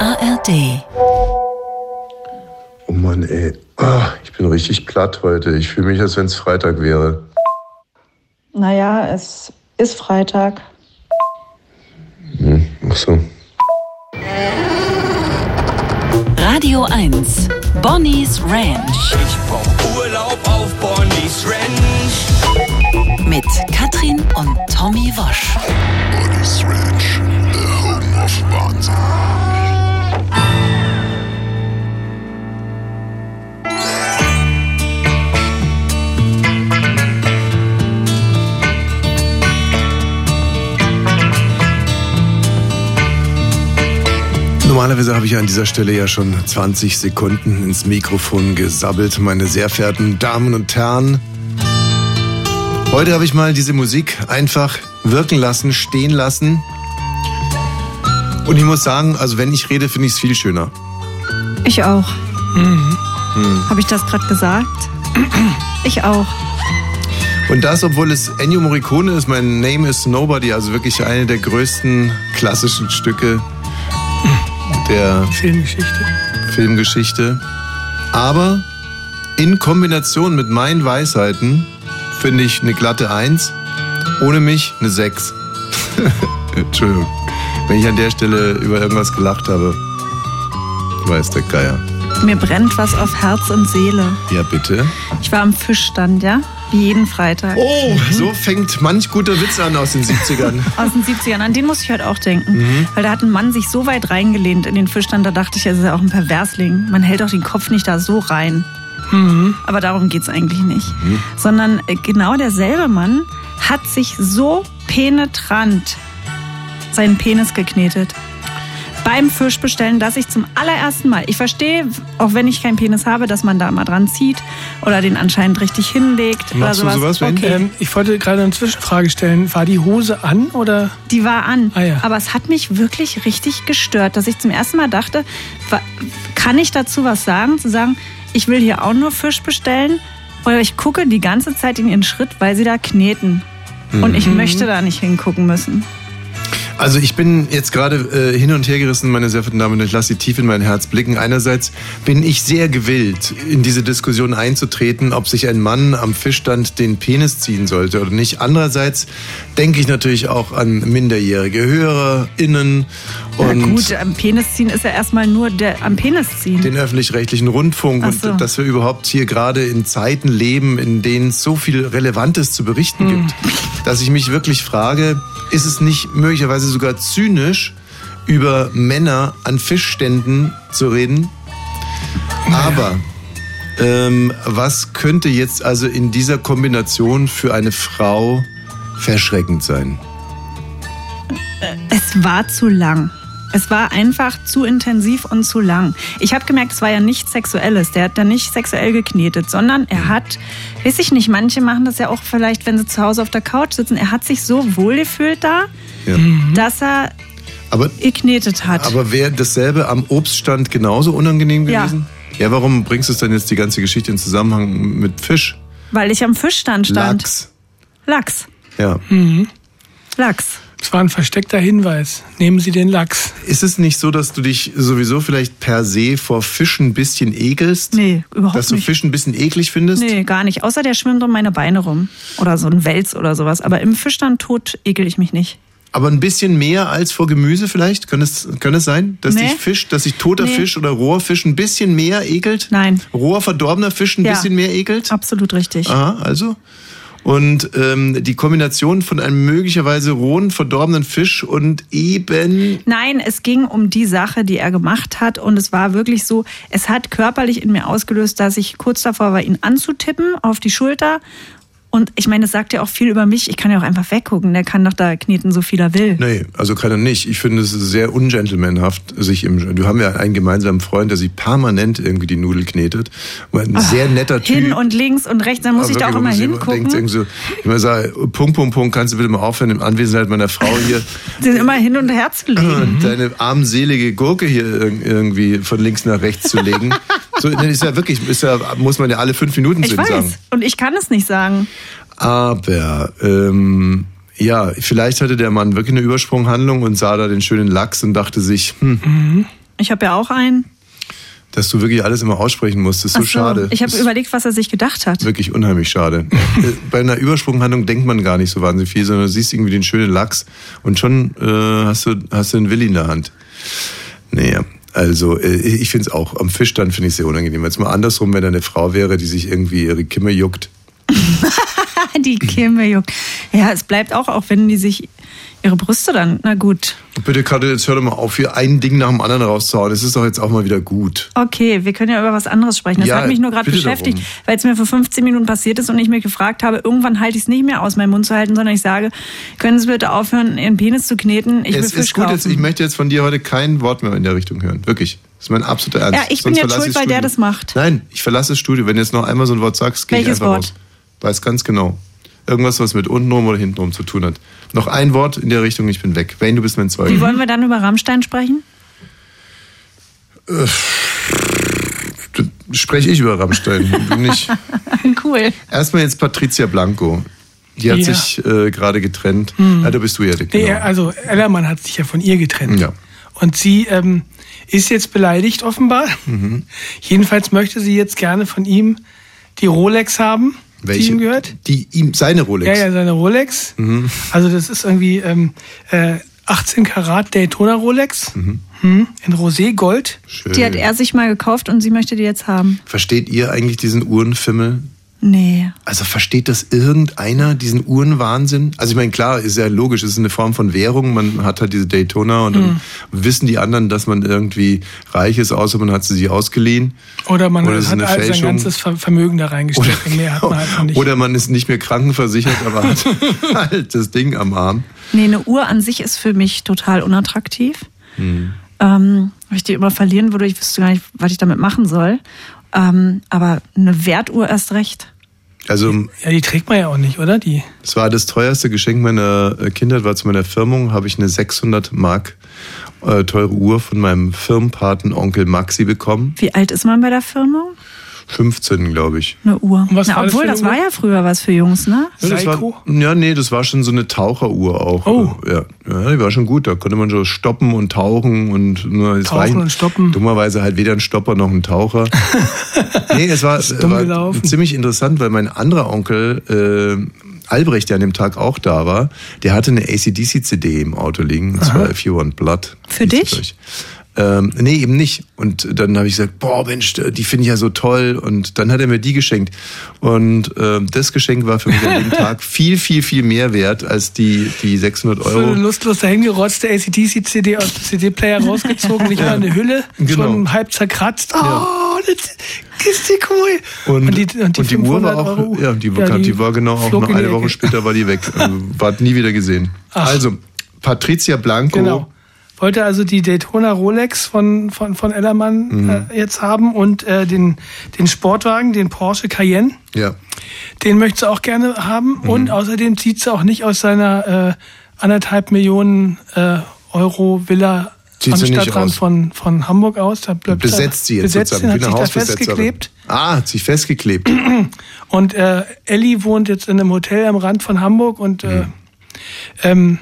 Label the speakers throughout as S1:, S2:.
S1: ARD.
S2: Oh Mann, ey. Ah, ich bin richtig platt heute. Ich fühle mich, als wenn es Freitag wäre.
S3: Naja, es ist Freitag.
S2: Hm, ach so.
S1: Radio 1. Bonnie's Ranch.
S4: Ich brauch Urlaub auf Bonnie's Ranch.
S1: Mit Katrin und Tommy Wosch.
S5: Bonnie's Ranch, the home of Wahnsinn.
S6: Normalerweise habe ich an dieser Stelle ja schon 20 Sekunden ins Mikrofon gesabbelt, meine sehr verehrten Damen und Herren. Heute habe ich mal diese Musik einfach wirken lassen, stehen lassen. Und ich muss sagen, also wenn ich rede, finde ich es viel schöner. Hm.
S7: Ich auch. Habe ich das gerade gesagt? Ich auch.
S6: Und das, obwohl es Ennio Morricone ist, mein Name is Nobody, also wirklich eine der größten klassischen Stücke der
S8: Filmgeschichte.
S6: Filmgeschichte. Aber in Kombination mit meinen Weisheiten finde ich eine glatte 1, ohne mich eine 6. Entschuldigung, wenn ich an der Stelle über irgendwas gelacht habe. Weiß der Geier.
S7: Mir brennt was auf Herz und Seele.
S6: Ja, bitte.
S7: Ich war am Fischstand, ja? Wie jeden Freitag.
S6: Oh, so fängt manch guter Witz an aus den 70ern.
S7: Aus den 70ern. An den muss ich heute auch denken.
S6: Mhm.
S7: Weil da hat ein Mann sich so weit reingelehnt in den Fischstand, da dachte ich, er ist ja auch ein Perversling. Man hält doch den Kopf nicht da so rein.
S6: Mhm.
S7: Aber darum geht's eigentlich nicht. Sondern äh, genau derselbe Mann hat sich so penetrant seinen Penis geknetet. Beim Fisch bestellen, dass ich zum allerersten Mal, ich verstehe, auch wenn ich keinen Penis habe, dass man da mal dran zieht oder den anscheinend richtig hinlegt
S6: Machst du
S7: oder sowas.
S6: sowas, wenn?
S7: okay.
S8: Ähm, ich wollte gerade eine Zwischenfrage stellen. War die Hose an oder?
S7: Die war an.
S8: Ah ja.
S7: Aber es hat mich wirklich richtig gestört, dass ich zum ersten Mal dachte, wa- kann ich dazu was sagen? Zu sagen, ich will hier auch nur Fisch bestellen, weil ich gucke die ganze Zeit in ihren Schritt, weil sie da kneten.
S6: Mhm.
S7: Und
S8: Mhm.
S7: ich möchte da nicht hingucken müssen.
S6: Also ich bin jetzt gerade äh, hin und her gerissen, meine sehr verehrten Damen und Herren. Ich lasse Sie tief in mein Herz blicken. Einerseits bin ich sehr gewillt, in diese Diskussion einzutreten, ob sich ein Mann am Fischstand den Penis ziehen sollte oder nicht. Andererseits denke ich natürlich auch an minderjährige HörerInnen
S7: Na
S6: und
S7: gut, am Penis ziehen ist ja erstmal nur der am Penis ziehen.
S6: den öffentlich-rechtlichen Rundfunk
S7: Ach
S6: und
S7: so.
S6: dass wir überhaupt hier gerade in Zeiten leben, in denen es so viel Relevantes zu berichten
S7: Hm.
S6: gibt, dass ich mich wirklich frage, ist es nicht möglicherweise sogar zynisch, über Männer an Fischständen zu reden? Aber ähm, was könnte jetzt also in dieser Kombination für eine Frau verschreckend sein?
S7: Es war zu lang. Es war einfach zu intensiv und zu lang. Ich habe gemerkt, es war ja nichts Sexuelles. Der hat da nicht sexuell geknetet, sondern er
S6: Mhm.
S7: hat, weiß ich nicht, manche machen das ja auch vielleicht, wenn sie zu Hause auf der Couch sitzen. Er hat sich so wohlgefühlt da,
S6: Ja.
S7: dass er
S6: Aber
S7: geknetet hat.
S6: Mhm. Aber wäre dasselbe am Obststand genauso unangenehm
S7: Ja.
S6: gewesen? Ja. warum bringst du es denn jetzt die ganze Geschichte in Zusammenhang mit Fisch?
S7: weil ich am Fischstand stand. Hm.
S6: Lachs.
S7: Lachs.
S6: Ja.
S7: Lachs.
S8: Es war ein versteckter Hinweis. Nehmen Sie den Lachs.
S6: Ist es nicht so, dass du dich sowieso vielleicht per se vor Fischen ein bisschen ekelst?
S7: Nee, überhaupt
S6: Dass du
S7: nicht.
S6: Fisch ein bisschen eklig findest?
S7: Nee, gar nicht. Außer der schwimmt um meine Beine rum. Oder so ein Wels oder sowas. Aber im Fischstand tot ekel ich mich nicht.
S6: Aber ein bisschen mehr als vor Gemüse vielleicht? Könnte es, könnte es sein, dass
S7: Nee.
S6: dich Fisch, dass sich toter
S7: Nee.
S6: Fisch oder roher Fisch ein bisschen mehr ekelt?
S7: Nein.
S6: Roher, verdorbener Fisch ein
S7: Ja.
S6: bisschen mehr ekelt?
S7: Absolut richtig.
S6: Aha, also. Und ähm, die Kombination von einem möglicherweise rohen, verdorbenen Fisch und eben.
S7: Nein, es ging um die Sache, die er gemacht hat. Und es war wirklich so, es hat körperlich in mir ausgelöst, dass ich kurz davor war, ihn anzutippen auf die Schulter. Und ich meine, es sagt ja auch viel über mich. Ich kann ja auch einfach weggucken. Der kann doch da kneten, so viel er will.
S6: Nee, also kann er nicht. Ich finde es sehr ungentlemanhaft, sich im. Wir haben ja einen gemeinsamen Freund, der sich permanent irgendwie die Nudel knetet. Ein sehr netter Typ. Also
S7: Hin und links und rechts, dann muss ich da auch immer hingucken.
S6: Ich denkt, so, ich immer sage, Punkt, Punkt, Punkt, kannst du bitte mal aufhören, in Anwesenheit meiner Frau hier
S7: Den immer hin und her zu legen.
S6: deine armselige Gurke hier ir- irgendwie von links nach rechts zu legen. So, das ist ja wirklich, ist ja, muss man ja alle fünf Minuten zu
S7: Ich
S6: ihm sagen.
S7: weiß. Und ich kann es nicht sagen.
S6: Aber ähm, ja, vielleicht hatte der Mann wirklich eine Übersprunghandlung und sah da den schönen Lachs und dachte sich, hm,
S7: Ich habe ja auch einen.
S6: Dass du wirklich alles immer aussprechen musst, ist so,
S7: Ach
S6: schade.
S7: Ich habe
S6: Ist
S7: überlegt, was er sich gedacht hat.
S6: Wirklich unheimlich schade. Äh, Bei einer Übersprunghandlung denkt man gar nicht so wahnsinnig viel, sondern du siehst irgendwie den schönen Lachs und schon äh, hast, du, hast du einen Willi in der Hand. Naja, also äh, ich finde es auch, am Fischstand finde ich sehr unangenehm. Jetzt mal andersrum, wenn da eine Frau wäre, die sich irgendwie ihre Kimme juckt.
S7: Die Kimme juckt. Ja, es bleibt auch, auch wenn die sich ihre Brüste dann. Na gut.
S6: Bitte, Katja, jetzt hör doch mal auf, hier ein Ding nach dem anderen rauszuhauen. Das ist doch jetzt auch mal wieder gut.
S7: Okay, wir können ja über was anderes sprechen. Das
S6: Ja,
S7: hat mich nur gerade
S6: bitte
S7: beschäftigt,
S6: darum.
S7: weil es mir vor 15 Minuten passiert ist und ich mir gefragt habe, irgendwann halte ich es nicht mehr aus, meinen Mund zu halten, sondern ich sage, können Sie bitte aufhören, Ihren Penis zu kneten? Ich will
S6: es
S7: Fisch
S6: ist gut,
S7: kaufen.
S6: jetzt, ich möchte jetzt von dir heute kein Wort mehr in der Richtung hören. Wirklich. Das ist mein absoluter Ernst.
S7: Ja, ich bin jetzt
S6: verlasse
S7: schuld,
S6: ich
S7: weil der
S6: Studio.
S7: das macht.
S6: Nein, ich verlasse das Studio. Wenn du jetzt noch einmal so ein Wort sagst, gehe ich
S7: Welches
S6: einfach
S7: Wort?
S6: raus. Weiß ganz genau. Irgendwas, was mit untenrum oder hintenrum zu tun hat. Noch ein Wort in der Richtung, ich bin weg. Wayne, du bist mein Zeuge.
S7: Wie wollen wir dann über Rammstein sprechen?
S6: Spreche ich über Rammstein. du nicht.
S7: cool.
S6: Erstmal jetzt Patricia Blanco. Die hat
S8: Ja.
S6: sich äh, gerade getrennt.
S7: Hm.
S6: Ah, da bist du ja. Genau.
S8: Nee, also Ellermann hat sich ja von ihr getrennt.
S6: Ja.
S8: Und sie ähm, ist jetzt beleidigt offenbar.
S6: Mhm.
S8: Jedenfalls möchte sie jetzt gerne von ihm die Rolex haben, die
S6: Welche? Mhm.
S8: ihm gehört.
S6: Die ihm, seine Rolex.
S8: Ja, ja, seine Rolex. Also das ist irgendwie ähm, äh, 18 Karat Daytona Rolex
S6: Mhm.
S8: Hm, in Rosé Gold.
S6: Schön.
S7: Die hat er sich mal gekauft und sie möchte die jetzt haben.
S6: Versteht ihr eigentlich diesen Uhrenfimmel?
S7: Nee.
S6: Also versteht das irgendeiner, diesen Uhrenwahnsinn? Also ich meine, klar, ist ja logisch, es ist eine Form von Währung, man hat halt diese Daytona und
S8: Mhm.
S6: dann wissen die anderen, dass man irgendwie reich ist, außer man hat sie sich ausgeliehen.
S8: Oder man
S6: Oder es ist
S8: hat
S6: eine
S8: halt sein
S6: Fälschung.
S8: ganzes Ver- Vermögen da reingesteckt. und mehr hat man halt noch nicht.
S6: Oder man ist nicht mehr krankenversichert, aber hat halt das Ding am Arm.
S7: Nee, eine Uhr an sich ist für mich total unattraktiv.
S6: Hm.
S7: Ähm, weil ich die immer verlieren würde, ich wüsste gar nicht, was ich damit machen soll. Ähm, aber eine Wertuhr erst recht.
S6: Also
S8: ja, die trägt man ja auch nicht, oder? Die.
S6: Es war das teuerste Geschenk meiner äh, Kindheit, war zu meiner Firmung, habe ich eine 600 Mark äh, teure Uhr von meinem Firmenpaten Onkel Maxi bekommen.
S7: Wie alt ist man bei der Firma?
S6: 15, glaube ich.
S7: Eine Uhr.
S8: Und was
S7: Na,
S8: war das
S7: obwohl,
S8: für eine
S7: das, war
S8: Uhr?
S7: ja früher was für Jungs, ne?
S6: Ja, das war,
S8: Seiko?
S6: ja, nee, das war schon so eine Taucheruhr auch.
S8: Oh.
S6: Ja. ja, die war schon gut. Da konnte man schon stoppen und tauchen und na, es
S8: Tauchen und stoppen.
S6: Dummerweise halt weder ein Stopper noch ein Taucher. nee, es war,
S8: Ist dumm
S6: war
S8: gelaufen.
S6: ziemlich interessant, weil mein anderer Onkel, äh, Albrecht, der an dem Tag auch da war, der hatte eine ACDC-CD im Auto liegen. Das war If You Want Blood.
S7: Für
S6: Hieß sie,
S7: dich?
S6: glaub ich. Ähm, nee, eben nicht. Und dann habe ich gesagt, boah, Mensch, äh, die finde ich ja so toll. Und dann hat er mir die geschenkt. Und ähm, das Geschenk war für mich an dem Tag viel, viel, viel mehr wert als die, die 600
S8: So eine
S6: Euro.
S8: lustlos dahingerotzte ACDC-CD aus dem CD-Player äh, rausgezogen, nicht mal eine Hülle,
S6: Genau.
S8: schon halb zerkratzt. Oh, das ist die cool.
S6: Und, und die, Uhr war
S8: 500
S6: auch,
S8: Euro,
S6: ja, die, die, war genau auch
S8: flog
S6: noch
S8: in die
S6: eine
S8: Ecke.
S6: Woche später war die weg. Ähm, War nie wieder gesehen.
S8: Ach.
S6: Also, Patricia Blanco.
S8: Genau. Wollte also die Daytona Rolex von, von, von Ellermann
S6: Mhm.
S8: äh, jetzt haben und äh, den, den Sportwagen, den Porsche Cayenne,
S6: Ja.
S8: den möchte sie auch gerne haben.
S6: Mhm.
S8: Und außerdem zieht sie auch nicht aus seiner äh, anderthalb Millionen äh, Euro Villa
S6: Zieht
S8: am
S6: sie nicht
S8: Stadtrand
S6: aus.
S8: von, von Hamburg aus. Da bleibt er-
S6: Besetzt sie jetzt
S8: äh, besetzt
S6: sozusagen,
S8: ihn,
S6: wie eine
S8: hat sich da
S6: Hausbesetzerin.
S8: festgeklebt.
S6: Ah, hat sich festgeklebt.
S8: Und äh, Ellie wohnt jetzt in einem Hotel am Rand von Hamburg und äh,
S6: Mhm.
S8: ähm,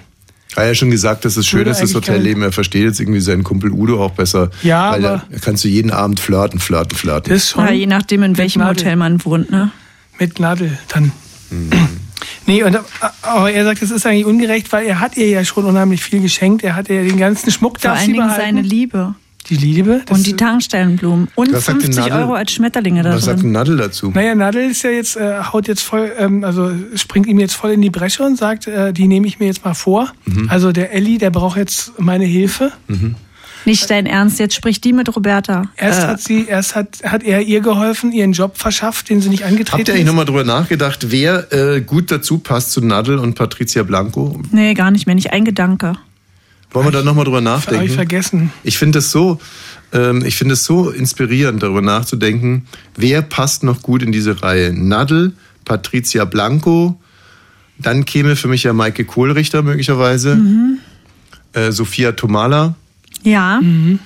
S6: Er hat ja schon gesagt, dass es schön
S8: Würde
S6: ist, das
S8: eigentlich
S6: Hotelleben. Er versteht jetzt irgendwie seinen Kumpel Udo auch besser.
S8: Ja,
S6: weil
S8: aber-
S6: da kannst du jeden Abend flirten, flirten, flirten.
S8: das ist schon.
S7: Ja, je nachdem, in welchem
S8: Nadel.
S7: Hotel man wohnt, ne?
S8: Mit Nadel dann.
S6: Mhm.
S8: Nee, und, äh, aber er sagt, das ist eigentlich ungerecht, weil er hat ihr ja schon unheimlich viel geschenkt. Er hat ihr den ganzen Schmuck
S7: Vor
S8: darf
S7: allen
S8: sie
S7: Dingen
S8: behalten.
S7: seine Liebe.
S8: die Liebe. das-
S7: Und die Tankstellenblumen. Und
S6: Was sagt die
S7: 50
S6: Nadel?
S7: Euro als Schmetterlinge da
S6: Was sagt
S7: drin.
S6: Nadel dazu?
S8: naja, Nadel ist ja jetzt, äh, haut jetzt voll, ähm, also springt ihm jetzt voll in die Bresche und sagt, äh, die nehme ich mir jetzt mal vor. Also der Elli, der braucht jetzt meine Hilfe.
S7: Nicht dein Ernst, jetzt spricht die mit Roberta.
S8: Erst
S7: Äh,
S8: hat sie, erst hat, hat er ihr geholfen, ihren Job verschafft, den sie nicht angetreten
S6: Habt ihr eigentlich
S8: ist.
S6: nochmal drüber nachgedacht, wer äh, gut dazu passt zu Nadel und Patricia Blanco?
S7: nee, gar nicht mehr, nicht ein Gedanke.
S6: Wollen wir da nochmal drüber
S8: Hab ich
S6: nachdenken?
S8: vergessen.
S6: Ich finde es so, ähm, ich finde es so inspirierend, darüber nachzudenken, wer passt noch gut in diese Reihe? Nadel, Patricia Blanco, dann käme für mich ja Maike Kohlrichter möglicherweise,
S8: Mhm.
S6: äh, Sophia Tomala.
S7: Ja.
S8: Mhm.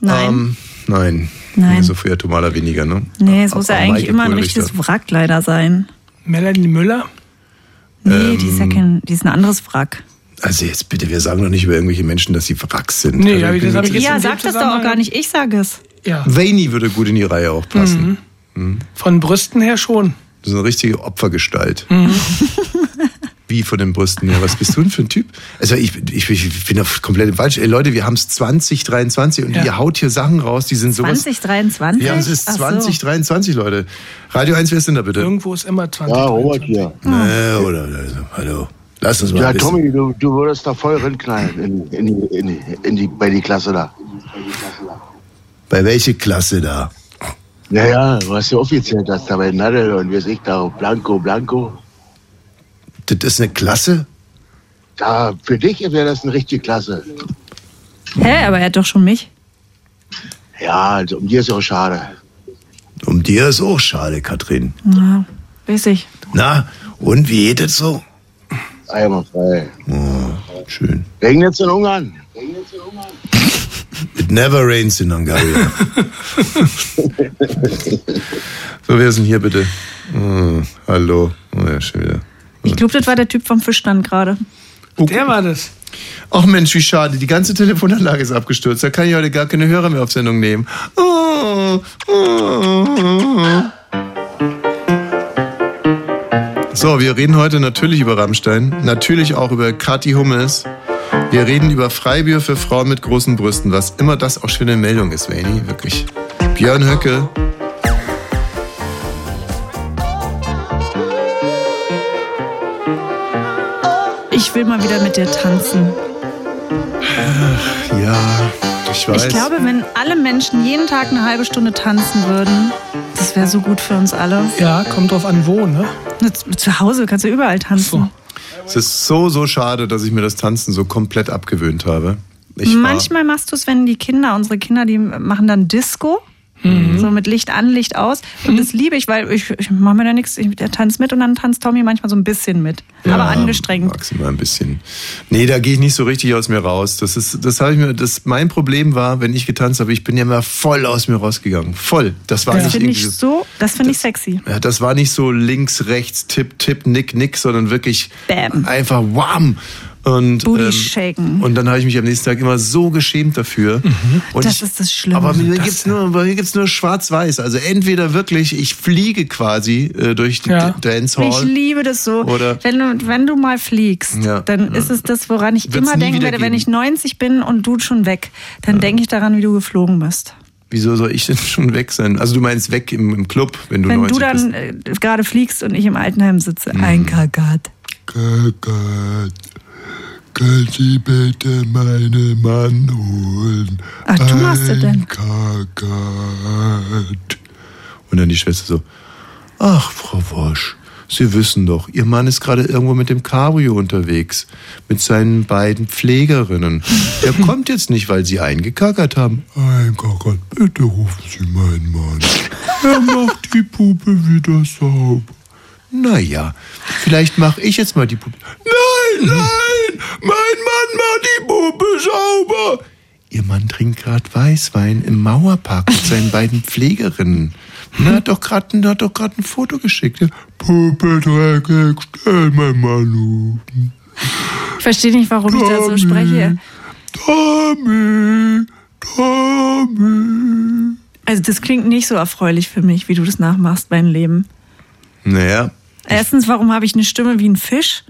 S7: Nein.
S6: Ähm, nein.
S7: Nein.
S6: Nee, Sophia Tomala weniger, ne?
S7: nee, es
S6: Auch-
S7: muss ja
S6: auch
S7: eigentlich
S6: Maike
S7: immer ein
S6: Kohlrichter.
S7: richtiges Wrack leider sein.
S8: Melanie Müller.
S6: Ähm,
S7: Nee, die, ist ja kein, die ist ein anderes Wrack.
S6: Also jetzt bitte, wir sagen doch nicht über irgendwelche Menschen, dass sie Wracks sind.
S8: Nee,
S6: also,
S8: hab ich- das hab ich jetzt-
S7: Ja,
S8: in dem
S7: sag das doch auch
S8: Zusammenhang-
S7: gar nicht. Ich sage es.
S8: Ja.
S6: Veini würde gut in die Reihe auch passen.
S8: Von Brüsten her schon.
S6: So eine richtige Opfergestalt. Wie von den Brüsten. Ja, was bist du denn für ein Typ? Also ich, ich, ich bin auf komplett falsch. Ey, Leute, wir haben es 2023 und
S8: Ja.
S6: ihr haut hier Sachen raus, die sind sowas.
S7: 2023?
S6: Ja, es ist
S7: Ach so.
S6: 2023, Leute. Radio 1, wer ist denn da bitte?
S8: Irgendwo ist immer 20.
S9: Ja, Robert hier.
S6: Äh, oder, also, hallo. Lass uns mal
S9: Ja,
S6: ein bisschen-
S9: Tommy, du, du würdest da voll rinknallen in, in, die- in, die- in die, bei die Klasse da.
S6: Bei welche Klasse da?
S9: Ja, ja, du hast ja offiziell das da bei Nadel und wir sind da Blanco, Blanco.
S6: Das ist eine Klasse?
S9: Ja, für dich wäre das eine richtige Klasse.
S7: Hä, aber er hat doch schon mich.
S9: Ja, also um dir ist auch schade.
S6: Um dir ist auch schade, Katrin.
S7: Ja, weiß ich.
S6: Na, und wie geht es so?
S9: Einmal frei.
S6: Oh, schön.
S9: Regnet's in Ungarn?
S6: It never rains in Hungaria. so, wer ist denn hier bitte? Hm, hallo. Oh, ja, schon wieder.
S7: Ich glaube, das war der Typ vom Fischstand gerade.
S8: Der war das.
S6: Ach Mensch, wie schade. Die ganze Telefonanlage ist abgestürzt. Da kann ich heute gar keine Hörer mehr auf Sendung nehmen. Oh, oh. So, wir reden heute natürlich über Rammstein, natürlich auch über Kathi Hummels. Wir reden über Freibür für Frauen mit großen Brüsten, was immer das auch schöne Meldung ist, Vani, wirklich. Björn Höcke.
S7: Ich will mal wieder mit dir tanzen.
S6: Ja, ich weiß.
S7: Ich glaube, wenn alle Menschen jeden Tag eine halbe Stunde tanzen würden, das wäre so gut für uns alle.
S8: Ja, kommt drauf an, wo, ne?
S7: Na, zu- Zu Hause kannst du überall tanzen.
S6: es ist so, so schade, dass ich mir das Tanzen so komplett abgewöhnt habe. Ich war-
S7: Manchmal machst du es, wenn die Kinder, unsere Kinder, die machen dann Disco. So mit Licht an, Licht aus. Und das liebe ich, weil ich, ich mache mir da nichts. Ich, der tanzt mit und dann tanzt Tommy manchmal so ein bisschen mit. Aber angestrengt.
S6: Maximal ein bisschen. Nee, da gehe ich nicht so richtig aus mir raus. Das ist, das habe ich mir, das, mein Problem war, wenn ich getanzt habe, ich bin ja immer voll aus mir rausgegangen. Voll. Das war
S7: Das
S6: nicht
S7: finde
S6: irgendwie.
S7: ich so, das finde ich sexy.
S6: ja, das war nicht so links, rechts, tipp, tipp, nick, nick, sondern wirklich
S7: Bam.
S6: einfach wham. Und, ähm,
S7: Booty shaken.
S6: und dann habe ich mich am nächsten Tag immer so geschämt dafür. Und
S7: Das ist das Schlimme.
S6: Aber mir
S7: Das-
S6: gibt es nur, bei mir gibt's nur schwarz-weiß. Also entweder wirklich, ich fliege quasi äh, durch die
S8: Ja.
S6: D- Dancehall.
S7: Ich liebe das so.
S6: Oder-
S7: wenn, du, wenn du mal fliegst,
S6: Ja.
S7: dann ist es das, woran ich
S6: Wird's
S7: immer
S6: nie
S7: denken
S6: wieder
S7: werde, wenn
S6: geben.
S7: ich 90 bin und du schon weg, dann denke ich daran, wie du geflogen bist.
S6: Wieso soll ich denn schon weg sein? Also du meinst weg im, im Club, wenn du Mhm.
S7: Wenn
S6: 90
S7: du dann äh, gerade fliegst und ich im Altenheim sitze. Ein Kagat.
S5: Kakat, können Sie bitte meinen Mann holen?
S7: Ach, du machst das denn.
S5: Kakat.
S6: bist. Und dann die Schwester so, ach Frau Wosch, Sie wissen doch, Ihr Mann ist gerade irgendwo mit dem Cabrio unterwegs, mit seinen beiden Pflegerinnen. Er kommt jetzt nicht, weil Sie eingekackert haben.
S5: Ein Kakat, bitte rufen Sie meinen Mann. Er macht die Puppe wieder sauber.
S6: Naja, vielleicht mache ich jetzt mal die Puppe. Nein, nein, mein Mann macht die Puppe sauber. Ihr Mann trinkt gerade Weißwein im Mauerpark mit seinen beiden Pflegerinnen. Na, hat doch gerade hat doch gerade ein Foto geschickt. Ja.
S5: Puppe dreckig, stell mein Mann rufen.
S7: Ich verstehe nicht, warum ich da so
S5: Tommy.
S7: spreche.
S5: Tommy, Tommy.
S7: Also das klingt nicht so erfreulich für mich, wie du das nachmachst, mein Leben.
S6: Naja,
S7: Erstens, warum habe ich eine Stimme wie ein Fisch?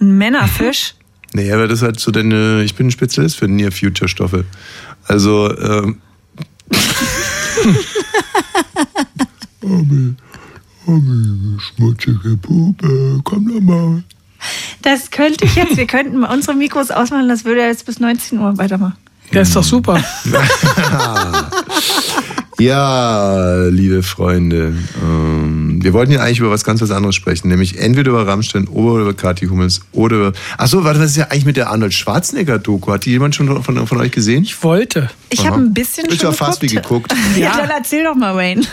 S7: Ein Männerfisch?
S6: Nee, aber das ist halt so deine, ich bin ein Spezialist für Near Future Stoffe. Also, ähm,
S5: Tommy, schmutzige Puppe, komm doch mal.
S7: Das könnte ich jetzt. Wir könnten mal unsere Mikros ausmachen, das würde jetzt bis 19 Uhr weitermachen.
S8: Der ist doch super.
S6: ja, liebe Freunde, ähm, wir wollten ja eigentlich über was ganz was anderes sprechen, nämlich entweder über Rammstein oder über Kathi Hummels oder über, ach so, warte, was ist ja eigentlich mit der Arnold Schwarzenegger Doku? Hat die jemand schon von, von euch gesehen?
S8: Ich wollte.
S7: Ich habe
S6: Aha.
S7: ein bisschen
S6: Ist
S7: schon
S6: ja fast wie geguckt.
S7: Ja.
S8: Ja.
S7: dann erzähl doch mal, Wayne.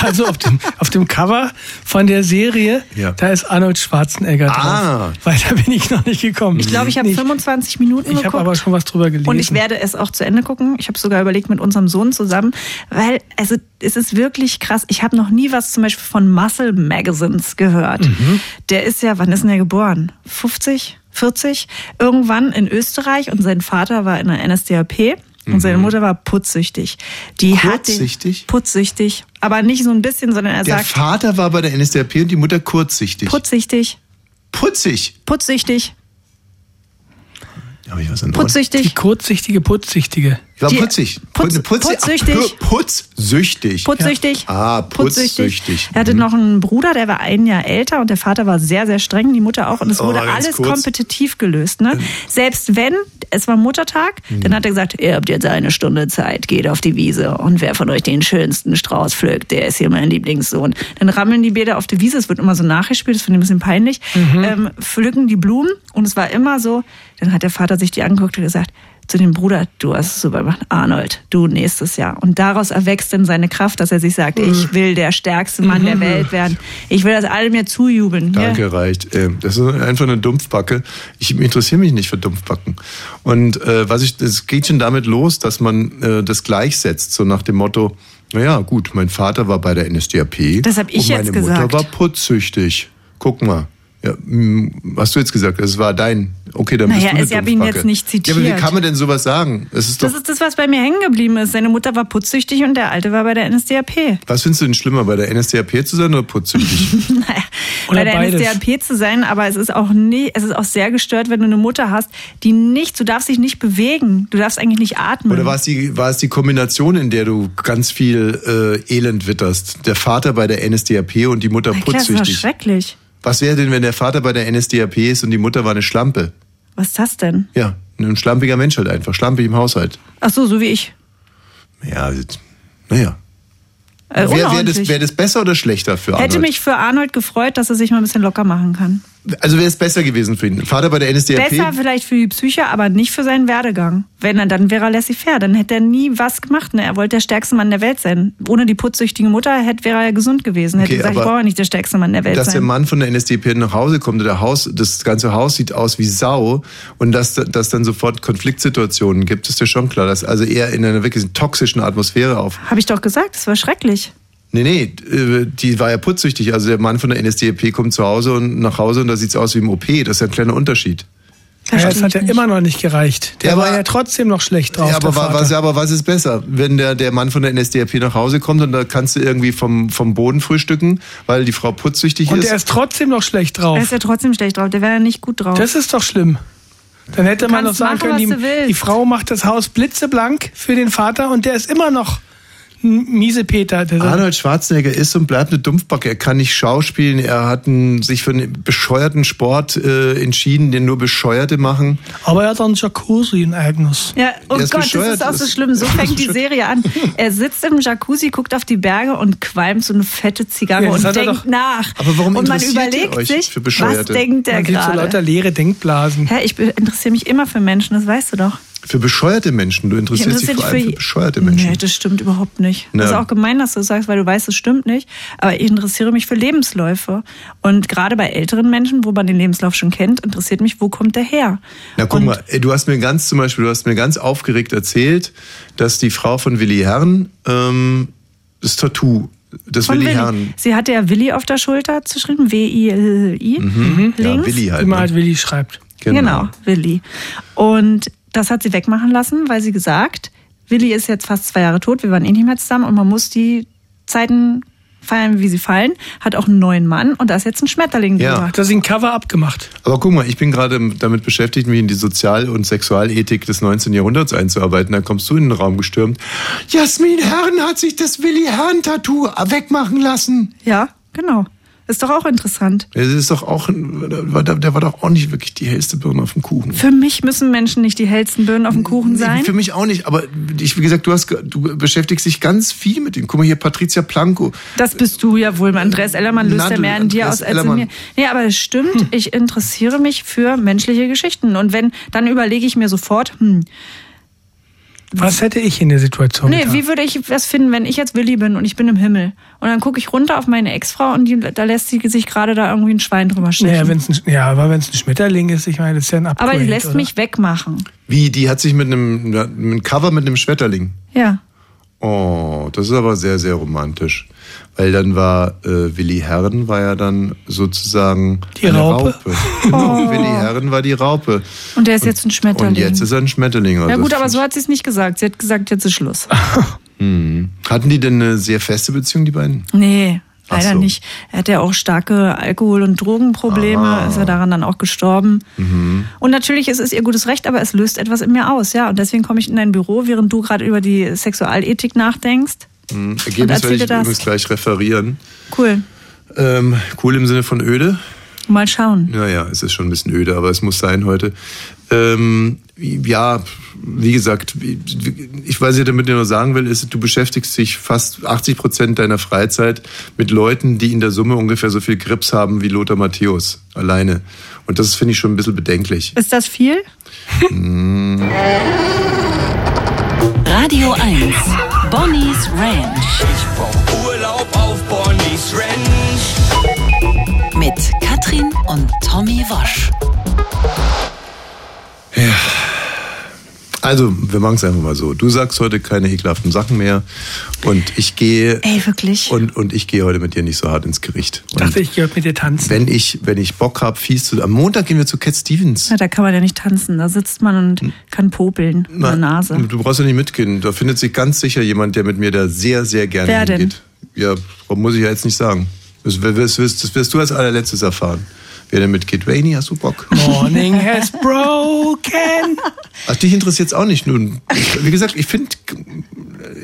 S8: Also auf dem, auf dem Cover von der Serie,
S6: Ja.
S8: da ist Arnold Schwarzenegger
S6: Ah.
S8: drauf. Weiter bin ich noch nicht gekommen.
S7: Ich glaube, ich habe 25 Minuten
S8: Ich
S7: geguckt.
S8: habe aber schon was drüber gelesen.
S7: und ich werde es auch zu Ende gucken. Ich habe sogar überlegt mit unserem Sohn zusammen, weil also es ist wirklich krass. Ich habe noch nie was zum
S8: Mhm.
S7: Beispiel von Muscle Magazines gehört. Der ist ja, wann ist denn der geboren? 50? 40, irgendwann in Österreich und sein Vater war in der NSDAP und
S6: Mhm.
S7: seine Mutter war putzsüchtig. Die Hat
S6: Kurzsichtig?
S7: den, putzsüchtig, aber nicht so ein bisschen, sondern er
S6: Der
S7: sagt
S6: Vater war bei der NSDAP und die Mutter kurzsichtig.
S7: putzsüchtig,
S6: Putzig.
S7: putzsüchtig,
S6: Habe ich was anderes?
S8: Die
S7: putzsüchtig,
S8: kurzsichtige Putzsichtige.
S6: Ich war
S7: Die-
S6: putzig.
S7: Putz-
S6: Putz- Putz-
S7: putzsüchtig.
S6: Ah, pu- Putzsüchtig.
S7: putzsüchtig.
S6: Ah, putzsüchtig. Mhm.
S7: Er hatte noch einen Bruder, der war ein Jahr älter und der Vater war sehr, sehr streng, die Mutter auch. Und es
S6: Oh,
S7: wurde
S6: ganz
S7: alles
S6: kurz.
S7: kompetitiv gelöst. Ne? Selbst wenn, es war Muttertag, dann hat er gesagt, ihr habt jetzt eine Stunde Zeit, geht auf die Wiese. Und wer von euch den schönsten Strauß pflückt, der ist hier mein Lieblingssohn. Dann rammeln die Bäder auf der Wiese, es wird immer so nachgespielt, das finde ich ein bisschen peinlich, ähm, pflücken die Blumen und es war immer so, dann hat der Vater sich die angeguckt und gesagt, zu dem Bruder, du hast es super gemacht, Arnold, du nächstes Jahr. Und daraus erwächst dann seine Kraft, dass er sich sagt, ich will der stärkste Mann der Welt werden. Ich will, dass alle mir zujubeln. Ja.
S6: Danke, reicht. Äh, Das ist einfach eine Dumpfbacke. Ich interessiere mich nicht für Dumpfbacken. Und äh, was ich, es geht schon damit los, dass man äh, das gleichsetzt, so nach dem Motto, naja, gut, mein Vater war bei der NSDAP.
S7: Das hab ich
S6: und
S7: jetzt
S6: meine
S7: gesagt.
S6: Mutter war putzsüchtig. Guck mal. Ja, hm, hast du jetzt gesagt, es war dein. Okay, dann
S7: Naja,
S6: bist du eine
S7: es- ich hab ihn
S6: Dumpfbacke.
S7: jetzt nicht
S6: Ja, aber
S7: zitiert.
S6: wie kann man denn sowas sagen? Es ist doch,
S7: Das ist das, was bei mir hängen geblieben ist. Seine Mutter war putzsüchtig und der Alte war bei der NSDAP.
S6: was findest du denn schlimmer, bei der NSDAP zu sein oder putzsüchtig?
S7: Naja,
S8: Oder
S7: bei der
S8: beides.
S7: NSDAP zu sein, aber es ist auch nie, es ist auch sehr gestört, wenn du eine Mutter hast, die nicht, du darfst dich nicht bewegen, du darfst eigentlich nicht atmen.
S6: Oder war es, die, war es die Kombination, in der du ganz viel äh, Elend witterst? Der Vater bei der NSDAP und die Mutter
S7: Na klar, das ist doch
S6: putzsüchtig.
S7: schrecklich.
S6: Was wäre denn, wenn der Vater bei der NSDAP ist und die Mutter war eine Schlampe?
S7: Was ist das denn?
S6: Ja, ein schlampiger Mensch halt einfach, schlampig im Haushalt.
S7: Ach so, so wie ich.
S6: Ja, jetzt- naja.
S7: Äh,
S6: Wäre wär das,
S7: unordentlich.
S6: wär das besser oder schlechter für Arnold?
S7: Hätte mich für Arnold gefreut, dass er sich mal ein bisschen locker machen kann.
S6: also wäre es besser gewesen für ihn. Vater bei der NSDAP?
S7: Besser vielleicht für die Psyche, aber nicht für seinen Werdegang. Wenn er, dann wäre er laissez-faire. Dann hätte er nie was gemacht. Ne? Er wollte der stärkste Mann der Welt sein. Ohne die putzsüchtige Mutter hätte, wäre er gesund gewesen. Hätte
S6: Okay,
S7: gesagt, ich
S6: aber
S7: brauche nicht der stärkste Mann der Welt
S6: dass der
S7: sein.
S6: Mann von der NSDAP nach Hause kommt und der Haus, das ganze Haus sieht aus wie Sau und dass dass dann sofort Konfliktsituationen gibt, ist dir schon klar, dass also er in einer wirklich toxischen Atmosphäre auf.
S7: Habe ich doch gesagt, es war schrecklich.
S6: Nee, nee, äh, die war ja putzsüchtig. Also der Mann von der NSDAP kommt zu Hause und nach Hause und da sieht's aus wie im OP. Das ist ja ein kleiner Unterschied.
S8: Ja,
S7: Verstehe
S8: das hat
S7: ich
S8: ja
S7: nicht.
S8: immer noch nicht gereicht. Der
S6: Ja,
S8: war
S6: aber-
S8: ja trotzdem noch schlecht drauf.
S6: ja, aber,
S8: der
S6: wa-
S8: Vater.
S6: was, aber was ist besser, wenn der, der Mann von der NSDAP nach Hause kommt und da kannst du irgendwie vom, vom Boden frühstücken, weil die Frau putzsüchtig
S8: Und
S6: ist?
S8: er ist trotzdem noch schlecht
S7: Er ist
S8: drauf.
S7: ja trotzdem schlecht drauf. Der wäre ja nicht gut drauf.
S8: Das ist doch schlimm. Dann hätte man noch
S7: kannst
S8: sagen
S7: machen,
S8: können,
S7: was
S8: die,
S7: du willst.
S8: die Frau macht das Haus blitzeblank für den Vater und der ist immer noch ein miese Peter. Der sagt,
S6: Arnold Schwarzenegger ist und bleibt eine Dumpfbacke. Er kann nicht schauspielen. Er hat einen, sich für einen bescheuerten Sport äh, entschieden, den nur Bescheuerte machen.
S8: aber er hat auch einen Jacuzzi, ein eigenes.
S7: Ja, oh Gott,
S6: Der ist
S7: das ist
S6: bescheuert.
S7: auch so schlimm. So fängt die Serie an. Er sitzt im Jacuzzi, guckt auf die Berge und qualmt so eine fette Zigarre
S8: Ja, das
S7: und
S8: hat er
S7: denkt
S8: doch.
S7: nach.
S6: Aber warum
S7: und man
S6: interessiert ihr
S7: überlegt
S6: euch
S7: sich,
S6: für
S7: was
S6: Bescheuerte?
S7: denkt der
S8: Man sieht so lauter
S7: gerade?
S8: leere Denkblasen.
S7: Hä, ich be- interessiere mich immer für Menschen, das weißt du doch.
S6: Für bescheuerte Menschen. Du
S7: Ich
S6: interessierst dich
S7: interessiere
S6: vor allem für, bescheuerte Menschen.
S7: Nee, das stimmt überhaupt nicht. Das
S6: Na.
S7: ist auch gemein, dass du das sagst, weil du weißt, es stimmt nicht. Aber ich interessiere mich für Lebensläufe. Und gerade bei älteren Menschen, wo man den Lebenslauf schon kennt, interessiert mich, wo kommt der her?
S6: Na guck
S7: Und-
S6: mal, ey, du hast mir ganz zum Beispiel, du hast mir ganz aufgeregt erzählt, dass die Frau von Willi Herren ähm, das Tattoo, das
S7: Von
S6: Willi,
S7: Willi.
S6: Herren,
S7: Sie hatte ja Willi auf der Schulter geschrieben, W-I-L-I.
S6: ja
S7: Links.
S6: Willi halt,
S8: Wie man halt
S6: ne?
S8: Willi schreibt.
S7: Genau. Willi. Und das hat sie wegmachen lassen, weil sie gesagt, Willi ist jetzt fast zwei Jahre tot, wir waren eh nicht mehr zusammen und man muss die Zeiten feiern, wie sie fallen. Hat auch einen neuen Mann und da ist jetzt ein Schmetterling
S6: Ja.
S7: drüber.
S8: Hat er sich ein Cover-up gemacht?
S6: Aber guck mal, ich bin gerade damit beschäftigt, mich in die Sozial- und Sexualethik des 19. Jahrhunderts einzuarbeiten. Da kommst du in den Raum gestürmt. Jasmin Herren hat sich das Willi Herren-Tattoo wegmachen lassen.
S7: Ja, genau. Ist doch auch interessant.
S6: Das ist doch auch, ein- der war- der war doch auch nicht wirklich die hellste Birne auf dem Kuchen.
S7: Für mich müssen Menschen nicht die hellsten Birnen auf dem Kuchen sein.
S6: Für mich auch nicht, aber ich, wie gesagt, du, hast, ge- du beschäftigst dich ganz viel mit dem. Guck mal hier, Patricia Planko.
S7: Das bist du ja wohl, Andreas Ellermann löst
S6: Na,
S7: ja
S6: du,
S7: mehr in dir
S6: Andreas
S7: aus als in
S6: Ellermann. Hm.
S7: mir. Nee, aber es stimmt, ich interessiere mich für menschliche Geschichten. Und wenn, dann überlege ich mir sofort, hm,
S8: Was hätte ich in der
S6: Oh,
S8: Situation
S7: nee,
S8: getan?
S7: wie würde ich was finden, wenn ich jetzt Willi bin und ich bin im Himmel? Und dann gucke ich runter auf meine Ex-Frau und die, da lässt sie sich gerade da irgendwie ein Schwein drüber
S8: naja,
S7: stechen.
S8: wenn's ein, Sch- ja, aber wenn es ein Schmetterling ist, ich meine, das ist ja ein Upgrade,
S7: aber die lässt
S8: oder?
S7: mich wegmachen.
S6: Wie, die hat sich mit einem, mit einem Cover mit einem Schmetterling.
S7: Ja.
S6: Oh, das ist aber sehr, sehr romantisch. Weil dann war äh, Willi Herren war ja dann sozusagen
S8: Die
S6: eine
S8: Raupe. Oh.
S6: Genau, Willi Herren war die Raupe.
S7: Und der ist jetzt ein Schmetterling.
S6: Und jetzt ist er ein Schmetterling.
S7: ja
S6: Also
S7: gut,
S6: das
S7: aber
S6: find
S7: so hat sie es nicht gesagt. Sie hat gesagt, jetzt ist Schluss.
S6: ich- Hatten die denn eine sehr feste Beziehung, die beiden? Hm,
S7: Nee,
S6: Ach
S7: leider
S6: so.
S7: nicht. Er hatte ja auch starke Alkohol- und Drogenprobleme,
S6: Ah.
S7: ist er daran dann auch gestorben.
S6: Mhm.
S7: Und natürlich ist es ihr gutes Recht, aber es löst etwas in mir aus, ja. Und deswegen komme ich in dein Büro, während du gerade über die Sexualethik nachdenkst.
S6: Hm, Ergebnis werde
S7: erzähle
S6: ich
S7: das.
S6: übrigens gleich referieren.
S7: Cool.
S6: Ähm, cool im Sinne von öde.
S7: Mal schauen.
S6: Naja, es ist schon ein bisschen öde, aber es muss sein heute. Ähm, ja, wie gesagt, ich weiß nicht, damit ich nur sagen will, ist, du beschäftigst dich fast 80 Prozent deiner Freizeit mit Leuten, die in der Summe ungefähr so viel Grips haben wie Lothar Matthäus alleine. Und das finde ich schon ein bisschen bedenklich.
S7: Ist das viel?
S1: Radio 1. Bonnie's Ranch.
S4: Ich brauch Urlaub auf Bonnie's Ranch.
S1: Mit Katrin und Tommy Wosch.
S6: Also, wir machen es einfach mal so. Du sagst heute keine ekelhaften Sachen mehr und ich gehe
S7: Ey, wirklich?
S6: und, und ich gehe heute mit dir nicht so hart ins Gericht. Und
S8: Dachte ich, gehört mit dir tanzen.
S6: wenn ich wenn ich Bock hab, fies zu. Am Montag gehen wir zu Cat Stevens.
S7: Na, da kann man ja nicht tanzen. Da sitzt man und kann popeln in der
S6: Hm. Na, hm.
S7: Nase.
S6: Du brauchst ja nicht mitgehen. Da findet sich ganz sicher jemand, der mit mir da sehr, sehr gerne
S7: Wer denn?
S6: hingeht. Ja, muss ich ja jetzt nicht sagen. Das, wir- das, wirst- das wirst du als allerletztes erfahren. Wer denn mitgeht? Rainy, hast du Bock?
S8: Morning has broken.
S6: Ach, Also dich interessiert es auch nicht. Nun, ich- wie gesagt, ich finde.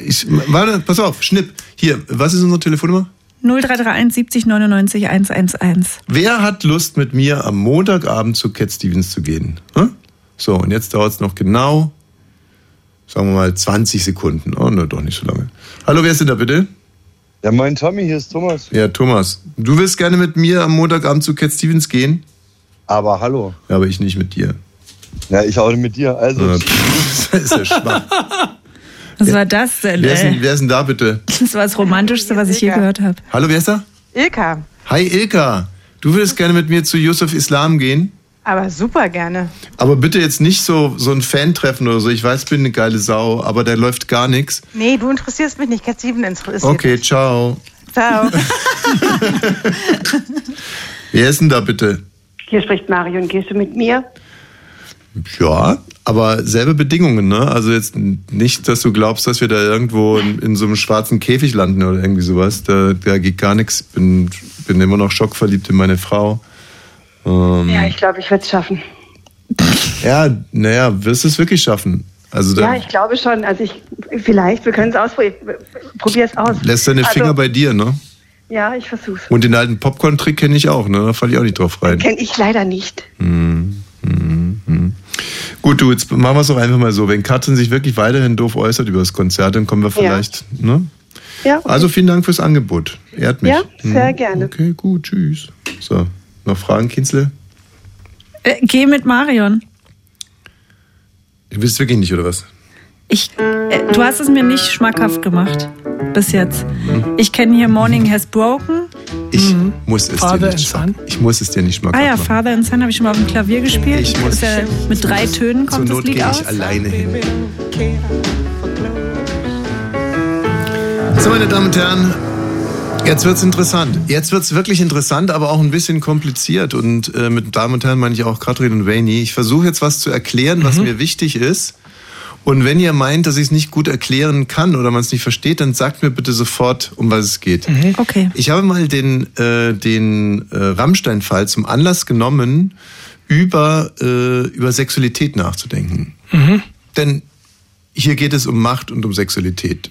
S6: Ich, warte, pass auf, Schnipp. Hier, was ist unsere Telefonnummer?
S7: 0331 70 99 111.
S6: Wer hat Lust, mit mir am Montagabend zu Cat Stevens zu gehen? Hm? So, und jetzt dauert es noch genau, sagen wir mal, 20 Sekunden. Oh, ne, doch nicht so lange. Hallo, wer ist denn da bitte?
S10: Ja, moin Tommy, hier ist Thomas.
S6: Ja, Thomas, du willst gerne mit mir am Montagabend zu Cat Stevens gehen?
S10: Aber hallo.
S6: Ja, aber ich nicht mit dir.
S10: Ja, ich auch mit dir. Also,
S6: Äh, pff, Das ist ja schwach.
S7: Was war das denn?
S6: Wer ist, denn,
S7: Ey?
S6: wer ist denn da bitte?
S7: Das war das Romantischste, was ich je gehört habe.
S6: Hallo, wer ist da?
S11: Ilka,
S6: Hi, Ilka. Du würdest gerne mit mir zu Yusuf Islam gehen?
S11: aber super gerne.
S6: Aber bitte jetzt nicht so, so ein Fan-Treffen oder so. Ich weiß, ich bin eine geile Sau, aber da läuft gar nichts.
S11: Nee, du interessierst mich nicht. Cat 7 interessiert
S6: Okay,
S11: mich.
S6: ciao.
S11: Ciao.
S6: Wer ist denn da bitte?
S11: Hier spricht Marion. Gehst du mit mir?
S6: Ja, aber selbe Bedingungen, ne? Also jetzt nicht, dass du glaubst, dass wir da irgendwo in, in so einem schwarzen Käfig landen oder irgendwie sowas. Da, da geht gar nichts. Bin, bin immer noch schockverliebt in meine Frau. Ähm,
S11: Ja, ich glaube, ich werde es schaffen.
S6: ja, naja, wirst du es wirklich schaffen. Also
S11: Ja,
S6: dann
S11: ich glaube schon. Also ich, vielleicht, wir können es ausprobieren. Probier es aus.
S6: lässt deine
S11: Also,
S6: Finger bei dir, ne?
S11: Ja, ich versuch's.
S6: Und den alten Popcorn-Trick kenne ich auch, ne? Da falle ich auch nicht drauf rein.
S11: Kenn ich leider nicht.
S6: Gut, du, jetzt machen wir es doch einfach mal so. Wenn Katrin sich wirklich weiterhin doof äußert über das Konzert, dann kommen wir vielleicht, ne?
S11: Ja, okay.
S6: Also vielen Dank fürs Angebot. Ehrt mich.
S11: Ja, sehr
S6: Hm,
S11: gerne.
S6: Okay, gut, tschüss. So, noch Fragen, Kinzle?
S7: Äh, geh mit Marion.
S6: Du willst wirklich nicht, oder was?
S7: Ich, äh, du hast es mir nicht schmackhaft gemacht. Bis jetzt.
S6: Hm.
S7: Ich kenne hier Morning Has Broken.
S6: Ich
S11: Mhm.
S6: muss es
S8: Father
S6: dir
S8: and
S6: nicht sagen.
S8: Son?
S6: Ich muss es dir nicht schmackhaft
S7: Ah ja,
S6: machen.
S7: Father and Son habe ich schon mal auf dem Klavier gespielt.
S6: Ich muss-
S7: Ist ja, mit drei Tönen kommt das
S6: Zur Not gehe
S7: Lied
S6: ich
S7: aus.
S6: alleine hin. So, Also, meine Damen und Herren, jetzt wird's interessant. Jetzt wird's wirklich interessant, aber auch ein bisschen kompliziert. Und äh, mit Damen und Herren meine ich auch Katrin und Rainy. Ich versuche jetzt was zu erklären, was mir wichtig ist. Und wenn ihr meint, dass ich es nicht gut erklären kann oder man es nicht versteht, dann sagt mir bitte sofort, um was es geht.
S7: Okay.
S6: Ich habe mal den, äh, den äh, Rammstein-Fall zum Anlass genommen, über, äh, über Sexualität nachzudenken. Denn hier geht es um Macht und um Sexualität.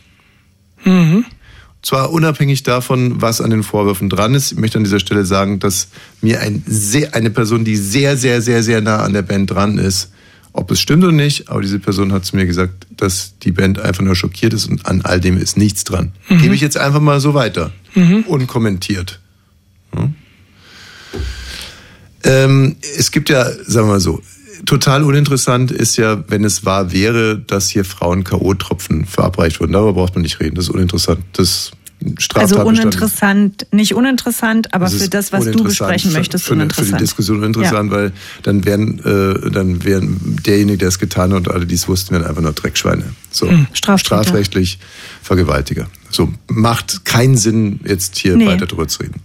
S6: Zwar unabhängig davon, was an den Vorwürfen dran ist. Ich möchte an dieser Stelle sagen, dass mir ein sehr, eine Person, die sehr, sehr, sehr, sehr nah an der Band dran ist, ob es stimmt oder nicht, aber diese Person hat zu mir gesagt, dass die Band einfach nur schockiert ist und an all dem ist nichts dran. Gebe ich jetzt einfach mal so weiter. Unkommentiert. Hm? Ähm, es gibt ja, sagen wir mal so, total uninteressant ist ja, wenn es wahr wäre, dass hier Frauen K.O.-Tropfen verabreicht wurden. Darüber braucht man nicht reden. Das ist uninteressant. Das Straftat
S7: Also
S6: bestanden.
S7: uninteressant, nicht uninteressant, aber
S6: Es
S7: für
S6: ist
S7: das, was du
S6: uninteressant,
S7: besprechen
S6: für-
S7: möchtest,
S6: für, für die
S7: uninteressant.
S6: Diskussion uninteressant, weil dann wären, äh, dann wären derjenige, der es getan hat und alle, die es wussten, wären einfach nur Dreckschweine. So.
S7: Hm, Straftäter.
S6: Strafrechtlich Vergewaltiger. So, macht keinen Sinn, jetzt hier
S7: Nee.
S6: weiter drüber zu reden.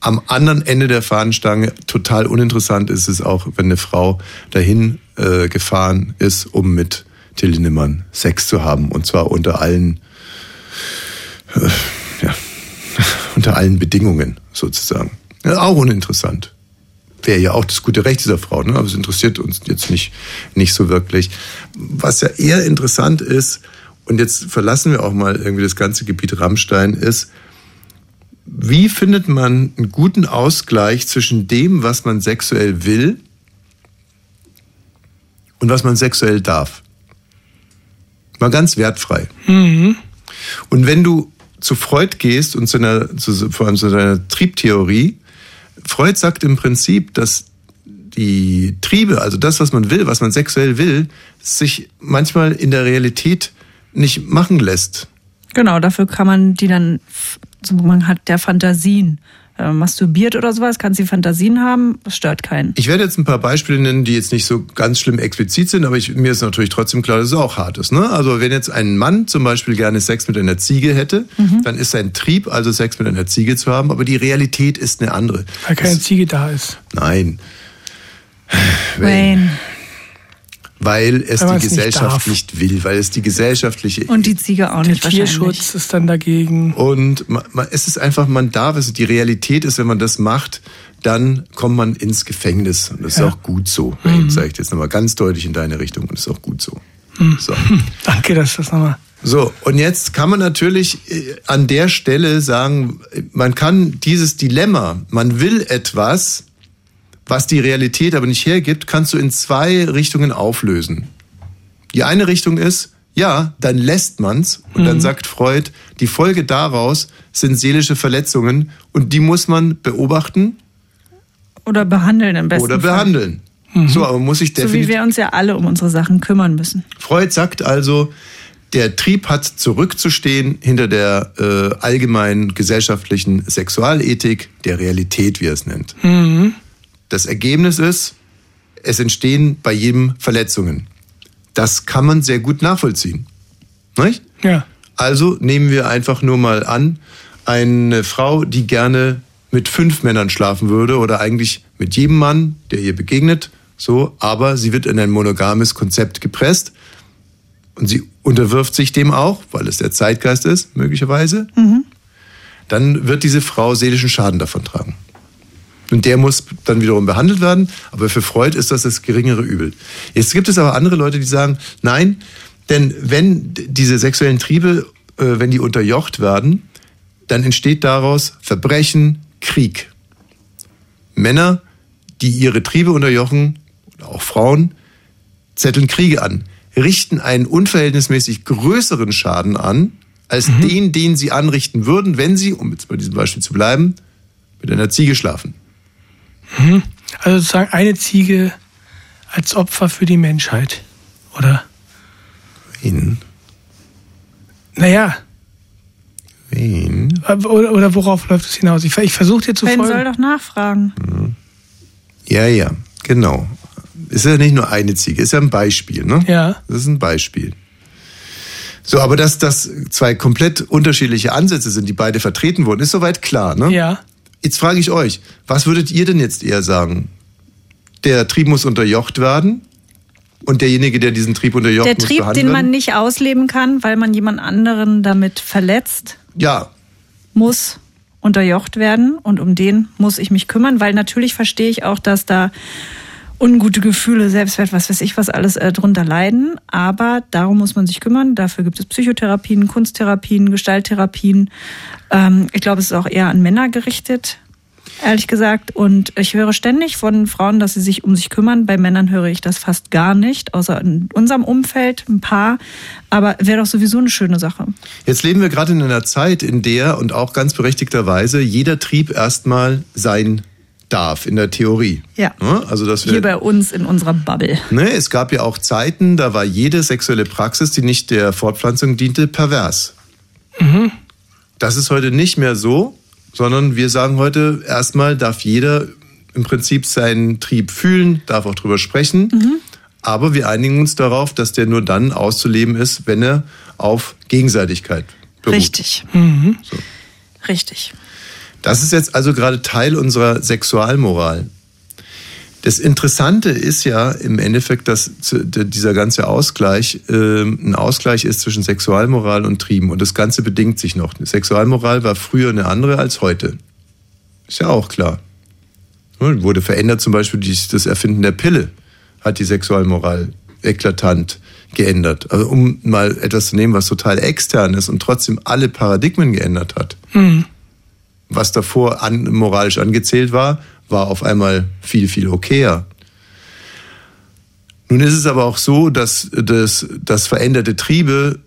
S6: Am anderen Ende der Fahnenstange, total uninteressant ist es auch, wenn eine Frau dahin äh, gefahren ist, um mit Till Lindemann Sex zu haben. Und zwar unter allen äh, unter allen Bedingungen sozusagen. Ja, auch uninteressant. Wäre ja auch das gute Recht dieser Frau, ne? aber es interessiert uns jetzt nicht, nicht so wirklich. Was ja eher interessant ist, und jetzt verlassen wir auch mal irgendwie das ganze Gebiet Rammstein, ist, wie findet man einen guten Ausgleich zwischen dem, was man sexuell will und was man sexuell darf? Mal ganz wertfrei.
S8: Mhm.
S6: Und wenn du zu Freud gehst und zu einer, zu, vor allem zu seiner Triebtheorie, Freud sagt im Prinzip, dass die Triebe, also das, was man will, was man sexuell will, sich manchmal in der Realität nicht machen lässt.
S7: Genau, dafür kann man die dann, f- man hat der Fantasien. Wenn man masturbiert oder sowas, kannst die Fantasien haben, das stört keinen.
S6: Ich werde jetzt ein paar Beispiele nennen, die jetzt nicht so ganz schlimm explizit sind, aber ich, mir ist natürlich trotzdem klar, dass es auch hart ist. Ne? Also wenn jetzt ein Mann zum Beispiel gerne Sex mit einer Ziege hätte,
S8: Mhm.
S6: dann ist sein Trieb, also Sex mit einer Ziege zu haben, aber die Realität ist eine andere.
S8: Weil keine Ziege da ist.
S6: Nein.
S7: Wayne.
S6: Weil es
S8: Weil
S6: die
S8: man's nicht
S6: Gesellschaft
S8: darf.
S6: nicht, will, weil es die gesellschaftliche
S7: Und die Ziege auch
S8: Der
S7: nicht wahrscheinlich.
S8: Tierschutz ist dann dagegen.
S6: und ma- ma- es ist einfach, man darf es. Die Realität ist, wenn man das macht, dann kommt man ins Gefängnis. Und das
S8: Ja.
S6: ist auch gut so. Mhm. Sage ich jetzt nochmal ganz deutlich in deine Richtung. Und das ist auch gut so. So.
S8: Danke, dass das nochmal.
S6: So, und jetzt kann man natürlich äh, an der Stelle sagen, äh, man kann dieses Dilemma, man will etwas, was die Realität aber nicht hergibt, kannst du in zwei Richtungen auflösen. Die eine Richtung ist, ja, dann lässt man's und
S7: Mhm.
S6: dann sagt Freud, die Folge daraus sind seelische Verletzungen und die muss man beobachten
S7: Oder behandeln im besten
S6: oder
S7: Fall. Mhm.
S6: behandeln. So, aber muss ich
S7: So wie
S6: definitiv
S7: wir uns ja alle um unsere Sachen kümmern müssen.
S6: Freud sagt also, der Trieb hat zurückzustehen hinter der äh, allgemeinen gesellschaftlichen Sexualethik, der Realität, wie er es nennt. Das Ergebnis ist, es entstehen bei jedem Verletzungen. Das kann man sehr gut nachvollziehen. Nicht?
S8: Ja.
S6: Also nehmen wir einfach nur mal an, eine Frau, die gerne mit fünf Männern schlafen würde oder eigentlich mit jedem Mann, der ihr begegnet, so, aber sie wird in ein monogames Konzept gepresst und sie unterwirft sich dem auch, weil es der Zeitgeist ist, möglicherweise. Dann wird diese Frau seelischen Schaden davon tragen. Und der muss dann wiederum behandelt werden. Aber für Freud ist das das geringere Übel. Jetzt gibt es aber andere Leute, die sagen, nein, denn wenn d- diese sexuellen Triebe, äh, wenn die unterjocht werden, dann entsteht daraus Verbrechen, Krieg. Männer, die ihre Triebe unterjochen, oder auch Frauen, zetteln Kriege an, richten einen unverhältnismäßig größeren Schaden an, als den, den sie anrichten würden, wenn sie, um jetzt bei diesem Beispiel zu bleiben, mit einer Ziege schlafen.
S8: Also sozusagen eine Ziege als Opfer für die Menschheit. Oder?
S6: Wen?
S8: Naja.
S6: Wen?
S8: Oder, oder worauf läuft es hinaus? Ich, ich versuche dir zu
S7: Wayne soll
S8: folgen.
S7: doch nachfragen.
S6: Ja, ja, genau. Ist ja nicht nur eine Ziege, ist ja ein Beispiel, ne?
S8: Ja.
S6: Das ist ein Beispiel. So, aber dass das zwei komplett unterschiedliche Ansätze sind, die beide vertreten wurden, ist soweit klar, ne?
S8: Ja.
S6: Jetzt frage ich euch, was würdet ihr denn jetzt eher sagen? Der Trieb muss unterjocht werden und derjenige, der diesen Trieb unterjocht,
S7: Der
S6: muss
S7: Trieb,
S6: behandelt
S7: den man
S6: werden?
S7: nicht ausleben kann, weil man jemand anderen damit verletzt,
S6: Ja,
S7: muss unterjocht werden und um den muss ich mich kümmern, weil natürlich verstehe ich auch, dass da ungute Gefühle, Selbstwert, was weiß ich, was alles äh, drunter leiden, aber darum muss man sich kümmern. Dafür gibt es Psychotherapien, Kunsttherapien, Gestalttherapien. Ähm, ich glaube, es ist auch eher an Männer gerichtet, ehrlich gesagt. Und ich höre ständig von Frauen, dass sie sich um sich kümmern. Bei Männern höre ich das fast gar nicht, außer in unserem Umfeld ein paar. Aber wäre doch sowieso eine schöne Sache.
S6: Jetzt leben wir gerade in einer Zeit, in der und auch ganz berechtigterweise jeder Trieb erstmal sein darf in der Theorie.
S7: Ja.
S6: Also dass
S7: Hier
S6: wir
S7: bei uns in unserer Bubble.
S6: Ne, es gab ja auch Zeiten, da war
S7: Mhm.
S6: jede sexuelle Praxis, die nicht der Fortpflanzung diente, pervers. Das ist heute nicht mehr so, sondern wir sagen heute erstmal, darf jeder im Prinzip seinen Trieb fühlen, darf auch drüber sprechen.
S7: Mhm.
S6: Aber wir einigen uns darauf, dass der nur dann auszuleben ist, wenn er auf Gegenseitigkeit beruht.
S7: Richtig. Richtig.
S6: Das ist jetzt also gerade Teil unserer Sexualmoral. Das Interessante ist ja im Endeffekt, dass zu- d- dieser ganze Ausgleich ähm, ein Ausgleich ist zwischen Sexualmoral und Trieben. Und das Ganze bedingt sich noch. Die Sexualmoral war früher eine andere als heute. Ist ja auch klar. Ne, Wurde verändert zum Beispiel dies- das Erfinden der Pille, hat die Sexualmoral eklatant geändert. Also um mal etwas zu nehmen, was total extern ist und trotzdem alle Paradigmen geändert hat
S8: Hm.
S6: was davor an, moralisch angezählt war, war auf einmal viel, viel okayer. Nun ist es aber auch so, dass das, das veränderte Triebe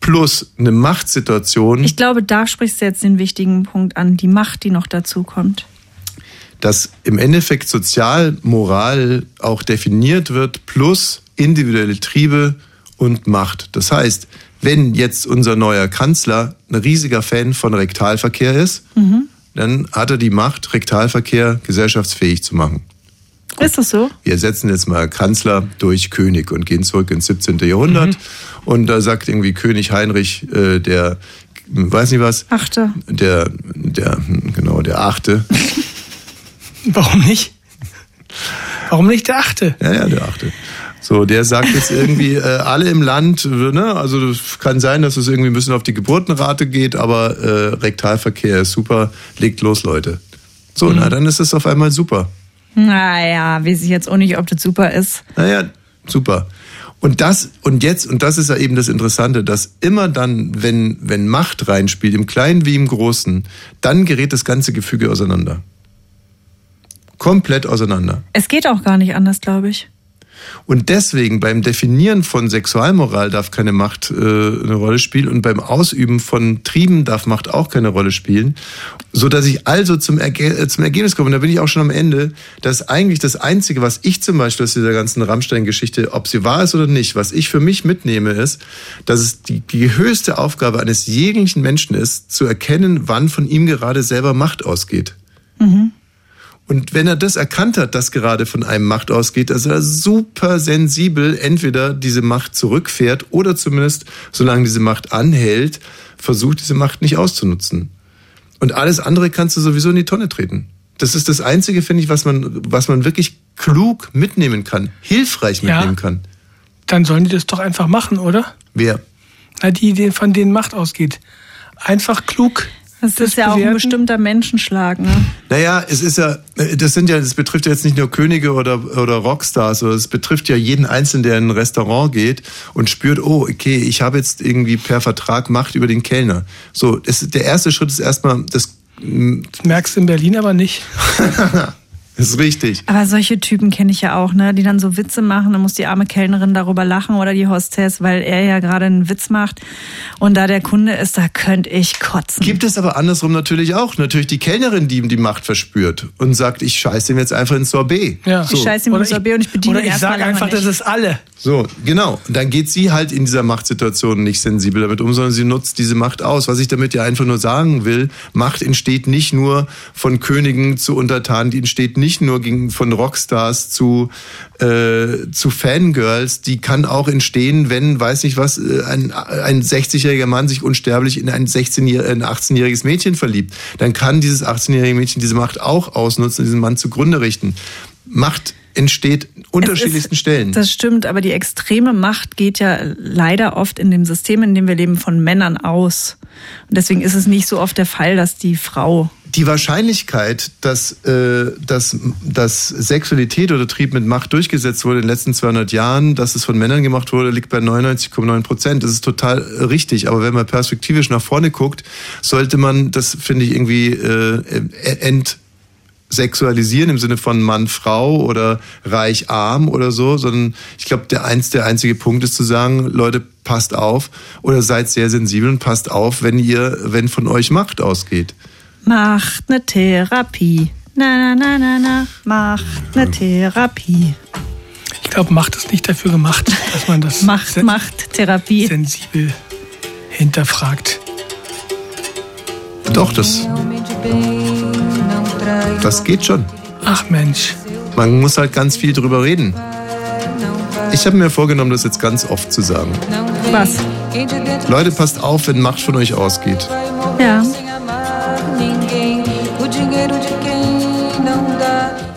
S6: plus eine Machtsituation
S7: Ich glaube, da sprichst du jetzt den wichtigen Punkt an, die Macht, die noch dazu kommt.
S6: dass im Endeffekt Sozialmoral auch definiert wird plus individuelle Triebe und Macht. Das heißt, wenn jetzt unser neuer Kanzler ein riesiger Fan von Rektalverkehr ist, dann hat er die Macht, Rektalverkehr gesellschaftsfähig zu machen.
S7: Ist das so?
S6: Wir ersetzen jetzt mal Kanzler durch König und gehen zurück ins 17. Jahrhundert. Und da sagt irgendwie König Heinrich, äh, der, weiß nicht was,
S7: Achte.
S6: der, der, hm, genau, der Achte.
S8: Warum nicht? Warum nicht der achte?
S6: Ja, ja, der achte. So, der sagt jetzt irgendwie, äh, alle im Land, äh, ne? also das kann sein, dass es irgendwie ein bisschen auf die Geburtenrate geht, aber äh, Rektalverkehr ist super, legt los, Leute. So, na dann ist es auf einmal super.
S7: Naja, weiß ich jetzt auch nicht, ob das super ist.
S6: Naja, super. Und das, und jetzt, und das ist ja eben das Interessante, dass immer dann, wenn, wenn Macht reinspielt, im Kleinen wie im Großen, dann gerät das ganze Gefüge auseinander. Komplett auseinander.
S7: Es geht auch gar nicht anders, glaube ich.
S6: Und deswegen beim Definieren von Sexualmoral darf keine Macht äh, eine Rolle spielen und beim Ausüben von Trieben darf Macht auch keine Rolle spielen, so dass ich also zum, Erge äh, zum Ergebnis komme. Und da bin ich auch schon am Ende, dass eigentlich das Einzige, was ich zum Beispiel aus dieser ganzen Rammstein-Geschichte, ob sie wahr ist oder nicht, was ich für mich mitnehme, ist, dass es die, die höchste Aufgabe eines jeglichen Menschen ist, zu erkennen, wann von ihm gerade selber Macht ausgeht. Und wenn er das erkannt hat, dass gerade von einem Macht ausgeht, dass er super sensibel entweder diese Macht zurückfährt oder zumindest, solange diese Macht anhält, versucht, diese Macht nicht auszunutzen. Und alles andere kannst du sowieso in die Tonne treten. Das ist das Einzige, finde ich, was man, was man wirklich klug mitnehmen kann, hilfreich
S8: Ja.
S6: mitnehmen kann.
S8: Dann sollen die das doch einfach machen, oder?
S6: Wer?
S8: Na, die, die von denen Macht ausgeht. Einfach klug.
S7: Das, ist ja auch ein
S8: bewerten.
S7: bestimmter Menschenschlag. Ne?
S6: Naja, es ist ja, äh, das sind ja, das betrifft ja jetzt nicht nur Könige oder, oder Rockstars, sondern es betrifft ja jeden Einzelnen, der in ein Restaurant geht und spürt, oh, okay, ich habe jetzt irgendwie per Vertrag Macht über den Kellner. So, es, der erste Schritt ist erstmal, das, mm,
S8: Das merkst du in Berlin aber nicht.
S6: das ist richtig.
S7: Aber solche Typen kenne ich ja auch, ne? die dann so Witze machen, dann muss die arme Kellnerin darüber lachen oder die Hostess, weil er ja gerade einen Witz macht. Und da der Kunde ist, da könnte ich kotzen.
S6: Gibt es aber andersrum natürlich auch. Natürlich die Kellnerin, die ihm die Macht verspürt und sagt, ich scheiße ihm jetzt einfach ins Sorbet.
S8: Ja.
S7: Ich scheiße ihm
S8: Oder
S7: ins Sorbet und ich bediene
S8: Oder ich
S7: erstmal
S8: sage
S7: lange
S8: einfach,
S7: nicht.
S8: das ist alle.
S6: So, genau. Und dann geht sie halt in dieser Machtsituation nicht sensibel damit um, sondern sie nutzt diese Macht aus. Was ich damit ja einfach nur sagen will, Macht entsteht nicht nur von Königen zu Untertanen, die entsteht nicht nur gegen, von Rockstars zu, äh, zu Fangirls, die kann auch entstehen, wenn, weiß nicht was, äh, ein, ein 60-jähriger Mann sich unsterblich in ein, 16 ein 18-jähriges Mädchen verliebt. Dann kann dieses 18-jährige Mädchen diese Macht auch ausnutzen, diesen Mann zugrunde richten. Macht entsteht unterschiedlichsten
S7: Es ist-
S6: Stellen.
S7: Das stimmt, aber die extreme Macht geht ja leider oft in dem System, in dem wir leben, von Männern aus. Und deswegen ist es nicht so oft der Fall, dass die Frau.
S6: die Wahrscheinlichkeit, dass, äh, dass, dass Sexualität oder Trieb mit Macht durchgesetzt wurde in den letzten 200 Jahren, dass es von Männern gemacht wurde, liegt bei 99,9 Prozent. Das ist total richtig. Aber wenn man perspektivisch nach vorne guckt, sollte man das, finde ich, irgendwie äh, ent sexualisieren im Sinne von Mann, Frau oder reich, arm oder so, sondern ich glaube, der, eins, der einzige Punkt ist zu sagen, Leute, passt auf oder seid sehr sensibel und passt auf, wenn ihr, wenn von euch Macht ausgeht.
S7: Macht eine Therapie. Na, na, na, na, na. Macht eine Therapie.
S8: Ich glaube, Macht ist nicht dafür gemacht, dass man das
S7: Macht,
S8: sen-
S7: macht Therapie.
S8: sensibel hinterfragt.
S6: Doch, das, das geht schon.
S8: Ach Mensch.
S6: Man muss halt ganz viel drüber reden. Ich habe mir vorgenommen, das jetzt ganz oft zu sagen.
S7: Was?
S6: Leute, passt auf, wenn Macht von euch ausgeht.
S7: Ja.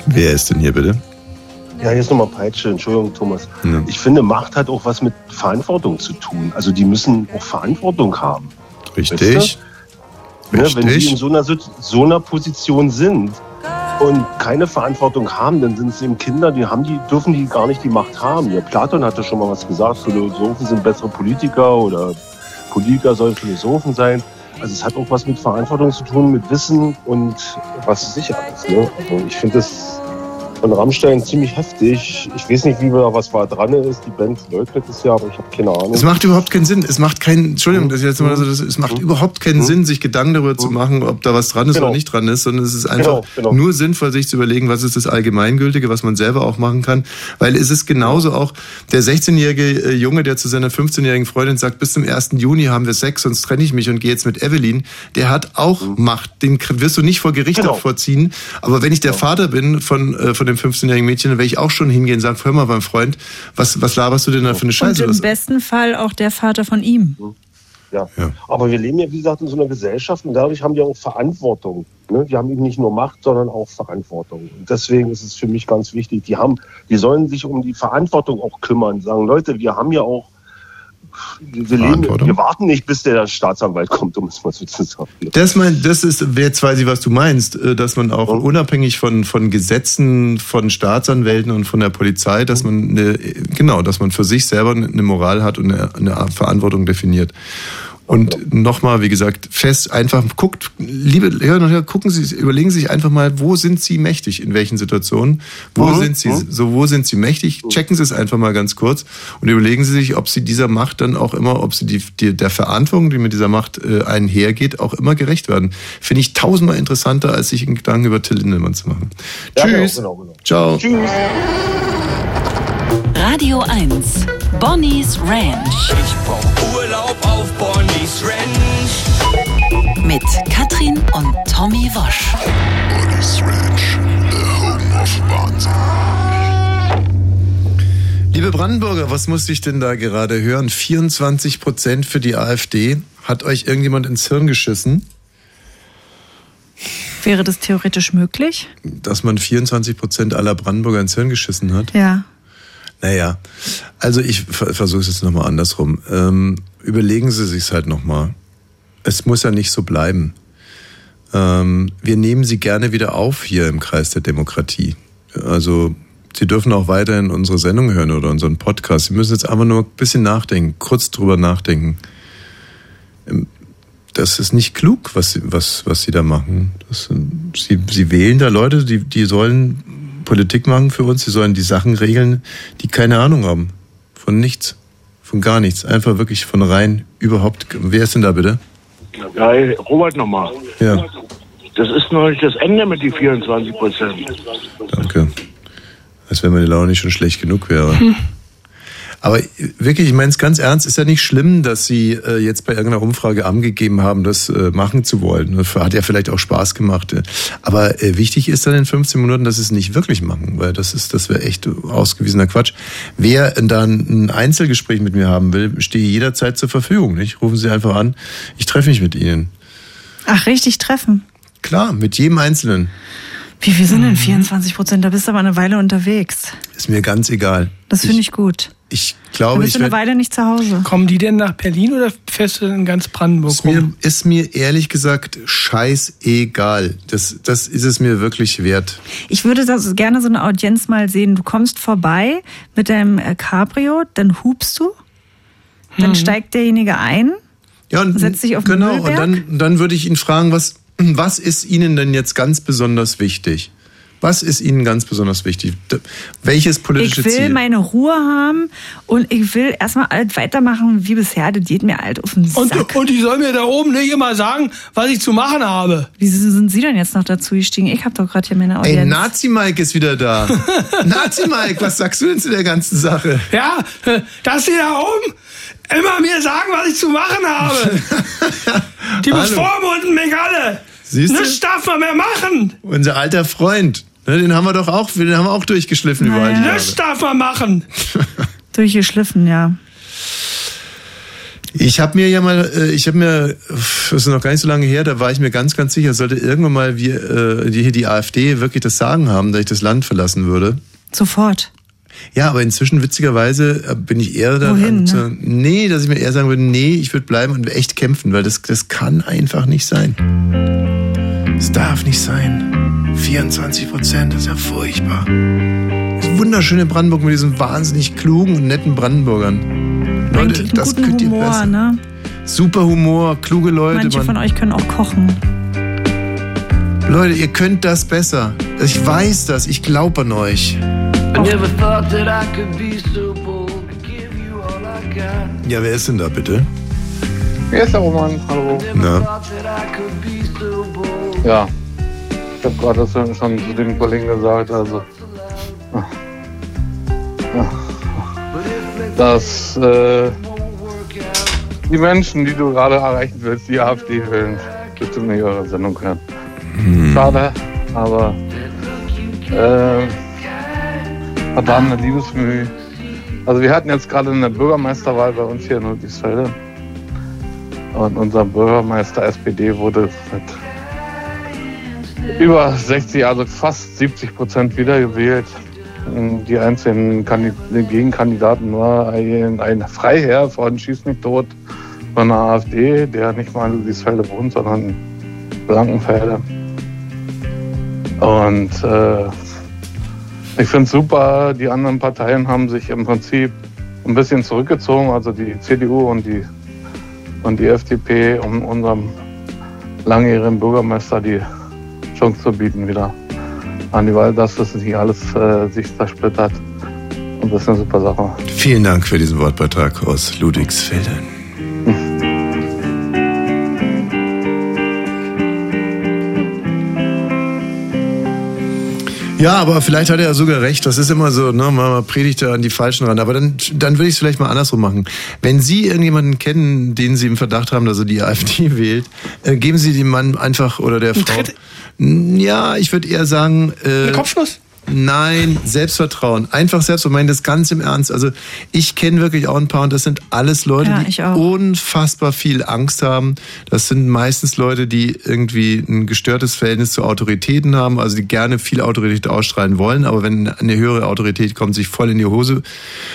S6: Wer ist denn hier bitte?
S12: Ja, jetzt nochmal Peitsche, Entschuldigung, Thomas. Ich finde, Macht hat auch was mit Verantwortung zu tun. Also die müssen auch Verantwortung haben.
S6: Richtig.
S12: Weißt du? Ne, wenn
S6: Richtig.
S12: die in so einer, Sit- so einer Position sind und keine Verantwortung haben, dann sind es eben Kinder, die haben die, dürfen die gar nicht die Macht haben. Ja, Platon hatte schon mal was gesagt, Philosophen sind bessere Politiker oder Politiker sollen Philosophen sein. Also es hat auch was mit Verantwortung zu tun, mit Wissen und was weiß ich alles. Ne? Also ich finde das von Rammstein ziemlich heftig. Ich weiß nicht, wie da was war dran ist. Die Band leugnet es ja, aber ich habe keine Ahnung.
S6: Es macht überhaupt keinen Sinn. Es macht keinen, Entschuldigung, das ist jetzt mal so, das, es
S12: Hm.
S6: macht überhaupt keinen Sinn, sich Gedanken darüber zu machen, ob da was dran ist oder nicht dran ist, sondern es ist einfach
S12: Genau, genau.
S6: nur sinnvoll, sich zu überlegen, was ist das Allgemeingültige, was man selber auch machen kann. Weil es ist genauso auch der 16-jährige äh, Junge, der zu seiner 15-jährigen Freundin sagt, bis zum 1. Juni haben wir Sex, sonst trenne ich mich und gehe jetzt mit Evelyn, der hat auch Macht. Den kr- wirst du nicht vor Gericht
S12: Hm. Genau.
S6: vorziehen. Aber wenn ich der Vater bin von, äh, von dem 15-jährigen Mädchen, dann werde ich auch schon hingehen und sagen, hör mal, mein Freund, was, was laberst du denn da für eine Scheiße?
S7: Und
S6: Was-
S7: im besten Fall auch der Vater von ihm.
S12: Ja. Aber wir leben ja, wie gesagt, in so einer Gesellschaft und dadurch haben die auch Verantwortung. Ne? Die haben eben nicht nur Macht, sondern auch Verantwortung. Und deswegen ist es für mich ganz wichtig, die, haben, die sollen sich um die Verantwortung auch kümmern. Sagen, Leute, wir haben ja auch, wir, leben, wir warten nicht, bis der Staatsanwalt kommt, um es mal so zu sagen.
S6: Das, mein, das ist jetzt weiß ich, was du meinst, äh, dass man auch unabhängig von, von Gesetzen, von Staatsanwälten und von der Polizei, dass man eine, genau, dass man für sich selber eine Moral hat und eine, eine Verantwortung definiert. Und nochmal, wie gesagt, fest, einfach guckt, liebe Hörerinnen und Hörer, gucken Sie, überlegen Sie sich einfach mal, wo sind Sie mächtig, in welchen Situationen, wo
S12: Mhm.
S6: sind Sie, so wo sind Sie mächtig, checken Sie es einfach mal ganz kurz und überlegen Sie sich, ob Sie dieser Macht dann auch immer, ob Sie die, die, der Verantwortung, die mit dieser Macht äh, einhergeht, auch immer gerecht werden. Finde ich tausendmal interessanter, als sich einen Gedanken über Till Lindemann zu machen. Tschüss. Ciao. genau, Tschüss.
S1: Radio 1. Bonnie's Ranch.
S4: Ich brauch Urlaub auf Bonnie's Ranch.
S1: Mit Katrin und Tommy Wosch. Bonnie's Ranch.
S6: Liebe Brandenburger, was musste ich denn da gerade hören? 24 Prozent für die AfD. Hat euch irgendjemand ins Hirn geschissen,
S7: Wäre das theoretisch möglich?
S6: dass man 24 Prozent aller Brandenburger ins Hirn geschissen hat?
S7: Ja.
S6: Naja, also ich ver- versuche es jetzt nochmal andersrum. Ähm, überlegen Sie sich's halt nochmal. Es muss ja nicht so bleiben. Ähm, wir nehmen Sie gerne wieder auf hier im Kreis der Demokratie. Also Sie dürfen auch weiterhin unsere Sendung hören oder unseren Podcast. Sie müssen jetzt einfach nur ein bisschen nachdenken, kurz drüber nachdenken. Ähm, Das ist nicht klug, was Sie, was, was Sie da machen. Das sind, Sie, Sie wählen da Leute, die, die sollen Politik machen für uns, die sollen die Sachen regeln, die keine Ahnung haben. Von nichts. Von gar nichts. Einfach wirklich von rein überhaupt. Wer ist denn da bitte?
S13: Geil, Robert nochmal.
S6: Ja,
S13: Das ist noch nicht das Ende mit den 24 Prozent.
S6: danke. Als wenn meine Laune nicht schon schlecht genug wäre.
S13: Hm.
S6: Aber wirklich, ich meine es ganz ernst, ist ja nicht schlimm, dass Sie äh, jetzt bei irgendeiner Umfrage angegeben haben, das äh, machen zu wollen. Das hat ja vielleicht auch Spaß gemacht. äh. Aber äh, wichtig ist dann in 15 Minuten, dass Sie es nicht wirklich machen, weil das ist, das wäre echt ausgewiesener Quatsch. Wer dann ein Einzelgespräch mit mir haben will, stehe jederzeit zur Verfügung. Nicht? Rufen Sie einfach an. Ich treffe mich mit Ihnen.
S7: Ach, richtig treffen.
S6: Klar, mit jedem Einzelnen.
S7: Wie viel
S6: Mhm.
S7: sind denn 24 Prozent? Da bist du aber eine Weile unterwegs.
S6: Ist mir ganz egal.
S7: Das finde ich gut.
S6: Ich
S7: Da
S6: glaube,
S7: bist
S6: ich
S7: du eine
S6: werde
S7: Weile nicht zu Hause.
S8: Kommen die denn nach Berlin oder fährst du in ganz Brandenburg
S6: Ist mir, ist mir ehrlich gesagt scheißegal. Das, das ist es mir wirklich wert.
S7: Ich würde das gerne so eine Audienz mal sehen. Du kommst vorbei mit deinem äh, Cabrio, dann hupst du, dann
S6: Mhm.
S7: steigt derjenige ein.
S6: Ja, und
S7: Setz dich auf den
S6: genau, und
S7: Müllberg?
S6: dann, dann würde ich ihn fragen, was, was ist Ihnen denn jetzt ganz besonders wichtig? Was ist Ihnen ganz besonders wichtig? D- Welches politische
S7: ich will
S6: Ziel?
S7: meine Ruhe haben und ich will erstmal alles weitermachen wie bisher. Das geht mir alt auf den Sack.
S8: Und, und die sollen mir da oben nicht immer sagen, was ich zu machen habe.
S7: Wieso sind Sie denn jetzt noch dazu gestiegen? Ich habe doch gerade hier meine
S6: Ey,
S7: Audienz.
S6: Nazi-Mike ist wieder da. Nazi-Mike, was sagst du denn zu der ganzen Sache?
S8: Ja, äh, dass die da oben immer mir sagen, was ich zu machen habe. Die
S6: Hallo.
S8: bevormunden mich alle.
S6: Siehst du?
S8: Nichts darf man mehr machen.
S6: Unser alter Freund. Ne, den haben wir doch auch, den haben wir auch durchgeschliffen überall. die
S8: Nichts darf man machen.
S7: Durchgeschliffen, ja.
S6: Ich habe mir ja mal, äh, ich habe mir, pf, das ist noch gar nicht so lange her, da war ich mir ganz, ganz sicher, sollte irgendwann mal wir, äh, die, hier die AfD wirklich das Sagen haben, dass ich das Land verlassen würde.
S7: Sofort.
S6: Ja, aber inzwischen, witzigerweise, äh, bin ich eher daran,
S7: Wohin, ne?
S6: zu, nee, dass ich mir eher sagen würde, nee, ich würde bleiben und echt kämpfen, weil das, das kann einfach nicht sein. Das darf nicht sein. 24 Prozent, das ist ja furchtbar. Das wunderschöne Brandenburg mit diesen wahnsinnig klugen und netten Brandenburgern. Leute,
S7: Eigentlich einen
S6: das
S7: guten
S6: könnt ihr
S7: Humor,
S6: besser.
S7: ne?
S6: Super Humor, kluge Leute.
S7: Manche
S6: Mann.
S7: von euch können auch kochen.
S6: Leute, ihr könnt das besser. Ich weiß das, ich glaube an euch. Ja, wer ist denn da bitte?
S14: Hier ist der Roman, hallo.
S6: Na?
S14: Ja, ich habe gerade das schon zu dem Kollegen gesagt, also. Dass äh, die Menschen, die du gerade erreichen willst, die AfD wählen, bestimmt nicht eure Sendung hören. Schade, aber äh, verdammte Liebesmühe. Also wir hatten jetzt gerade eine Bürgermeisterwahl bei uns hier in Ludwigsfelde. Und unser Bürgermeister SPD wurde mit über 60, also fast 70 Prozent wiedergewählt. Die einzelnen Kandi- Gegenkandidaten war ein, ein Freiherr von Schieß mich tot von der AfD, der nicht mal in Ludwigsfelde wohnt, sondern in Blankenfelde. Und äh, ich finde es super, die anderen Parteien haben sich im Prinzip ein bisschen zurückgezogen, also die CDU und die und die FDP, um unserem langjährigen Bürgermeister die Chance zu bieten, wieder an die Wahl, dass das nicht alles äh, sich zersplittert. Und das ist eine super Sache.
S6: Vielen Dank für diesen Wortbeitrag aus Ludwigsfelde. Ja, aber vielleicht hat er ja sogar recht. Das ist immer so, ne? man- man predigt da an die Falschen ran. Aber dann, dann würde ich es vielleicht mal andersrum machen. Wenn Sie irgendjemanden kennen, den Sie im Verdacht haben, dass er die AfD wählt, äh, geben Sie dem Mann einfach oder der Frau. Ja, ich würde eher sagen. Äh,
S8: Kopfschuss?
S6: Nein, Selbstvertrauen. Einfach Selbstvertrauen. Ich meine das ganz im Ernst. Also ich kenne wirklich auch ein paar und das sind alles Leute,
S7: Ja,
S6: die unfassbar viel Angst haben. Das sind meistens Leute, die irgendwie ein gestörtes Verhältnis zu Autoritäten haben, also die gerne viel Autorität ausstrahlen wollen, aber wenn eine höhere Autorität kommt, sich voll in die Hose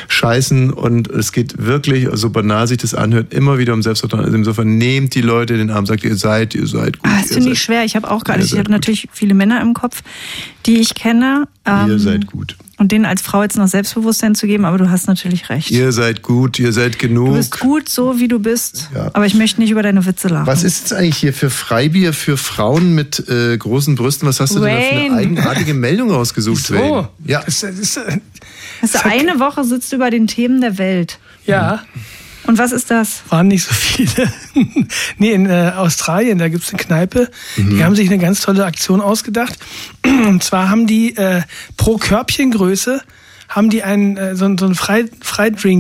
S6: scheißen und es geht wirklich, so banal sich das anhört, immer wieder um Selbstvertrauen. Also insofern nehmt die Leute in den Arm, sagt ihr seid, ihr seid gut.
S7: Ah, das
S6: ihr
S7: finde ich
S6: seid-
S7: schwer. Ich habe auch gerade,
S6: Ihr
S7: ich
S6: seid
S7: habe natürlich viele Männer im Kopf, die ich kenne. Ähm,
S6: Ihr seid gut.
S7: Und denen als Frau jetzt noch Selbstbewusstsein zu geben, aber du hast natürlich recht.
S6: Ihr seid gut, ihr seid
S7: Du
S6: genug.
S7: bist gut so, wie du bist, aber ich möchte nicht über deine Witze lachen.
S6: Was ist jetzt eigentlich hier für Freibier für Frauen mit äh, großen Brüsten? Was hast du denn da für eine
S7: Wayne.
S6: eigenartige Meldung rausgesucht,
S8: Oh.
S6: Wayne? Ja.
S8: äh,
S7: Hast du eine Woche sitzt du über den Themen der Welt.
S8: Ja.
S7: Und was ist das?
S8: Waren nicht so viele. nee, in äh, Australien, da gibt's eine Kneipe.
S6: Mhm.
S8: Die haben sich eine ganz tolle Aktion ausgedacht. Und zwar haben die äh, pro Körbchengröße haben die ein, äh, so, ein- so ein Fre-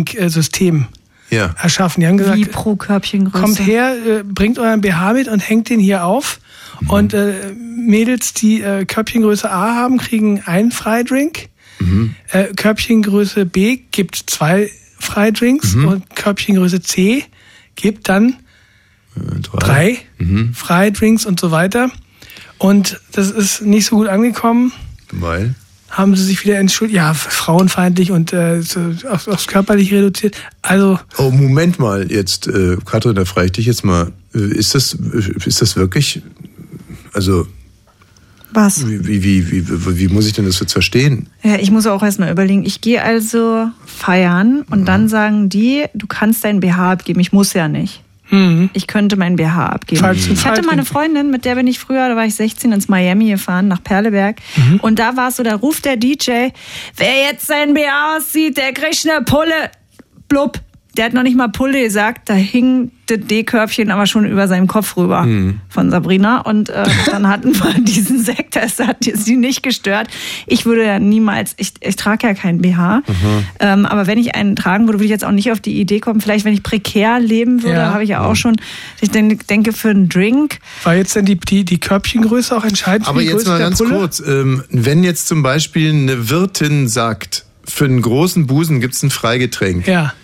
S8: Freidrink-System
S6: Ja.
S8: erschaffen. Die haben gesagt,
S7: Wie pro Körbchengröße.
S8: kommt her, äh, bringt euren BH mit und hängt den hier auf. Und äh, Mädels, die äh, Körbchengröße A haben, kriegen einen Freidrink.
S6: Mhm.
S8: Äh, Körbchengröße B gibt zwei Freidrinks
S6: Mhm.
S8: und Körbchengröße C gibt dann drei,
S6: Mhm.
S8: Freidrinks und so weiter. Und das ist nicht so gut angekommen.
S6: Weil?
S8: Haben sie sich wieder entschuldigt? Ja, frauenfeindlich und äh, so auf, aufs Körperliche reduziert. Also
S6: Oh, Moment mal, jetzt, äh, Katrin, da frage ich dich jetzt mal, äh, ist das, ist das wirklich, also.
S2: Hm.
S7: Was?
S6: Wie, wie, wie, wie, wie muss ich denn das jetzt verstehen?
S7: Ja, ich muss auch erstmal überlegen. Ich gehe also feiern und dann sagen die, du kannst dein BH abgeben. Ich muss ja nicht. Ich könnte mein BH abgeben.
S8: Falls du
S7: ich
S8: Zeit
S7: hatte meine
S8: hast.
S7: Freundin, mit der bin ich früher, da war ich 16, ins Miami gefahren, nach Perleberg. Und da war es so, da ruft der DJ, wer jetzt sein BH aussieht, der kriegt eine Pulle. Blub. Der hat noch nicht mal Pulle gesagt, da hing das D-Körbchen aber schon über seinem Kopf rüber
S15: Mhm.
S7: von Sabrina. Und äh, dann hatten wir diesen Sekt, das hat sie nicht gestört. Ich würde ja niemals, ich, ich trage ja keinen BH. Ähm, aber wenn ich einen tragen würde, würde ich jetzt auch nicht auf die Idee kommen. Vielleicht, wenn ich prekär leben würde,
S8: Ja.
S7: habe ich ja auch schon. Ich den- denke für einen Drink.
S8: War jetzt denn die, die, die Körbchengröße auch entscheidend
S6: Aber
S8: für die
S6: jetzt
S8: Größe
S6: mal
S8: der
S6: ganz
S8: Pulle?
S6: kurz, ähm, wenn jetzt zum Beispiel eine Wirtin sagt, für einen großen Busen gibt es ein Freigetränk.
S8: Ja.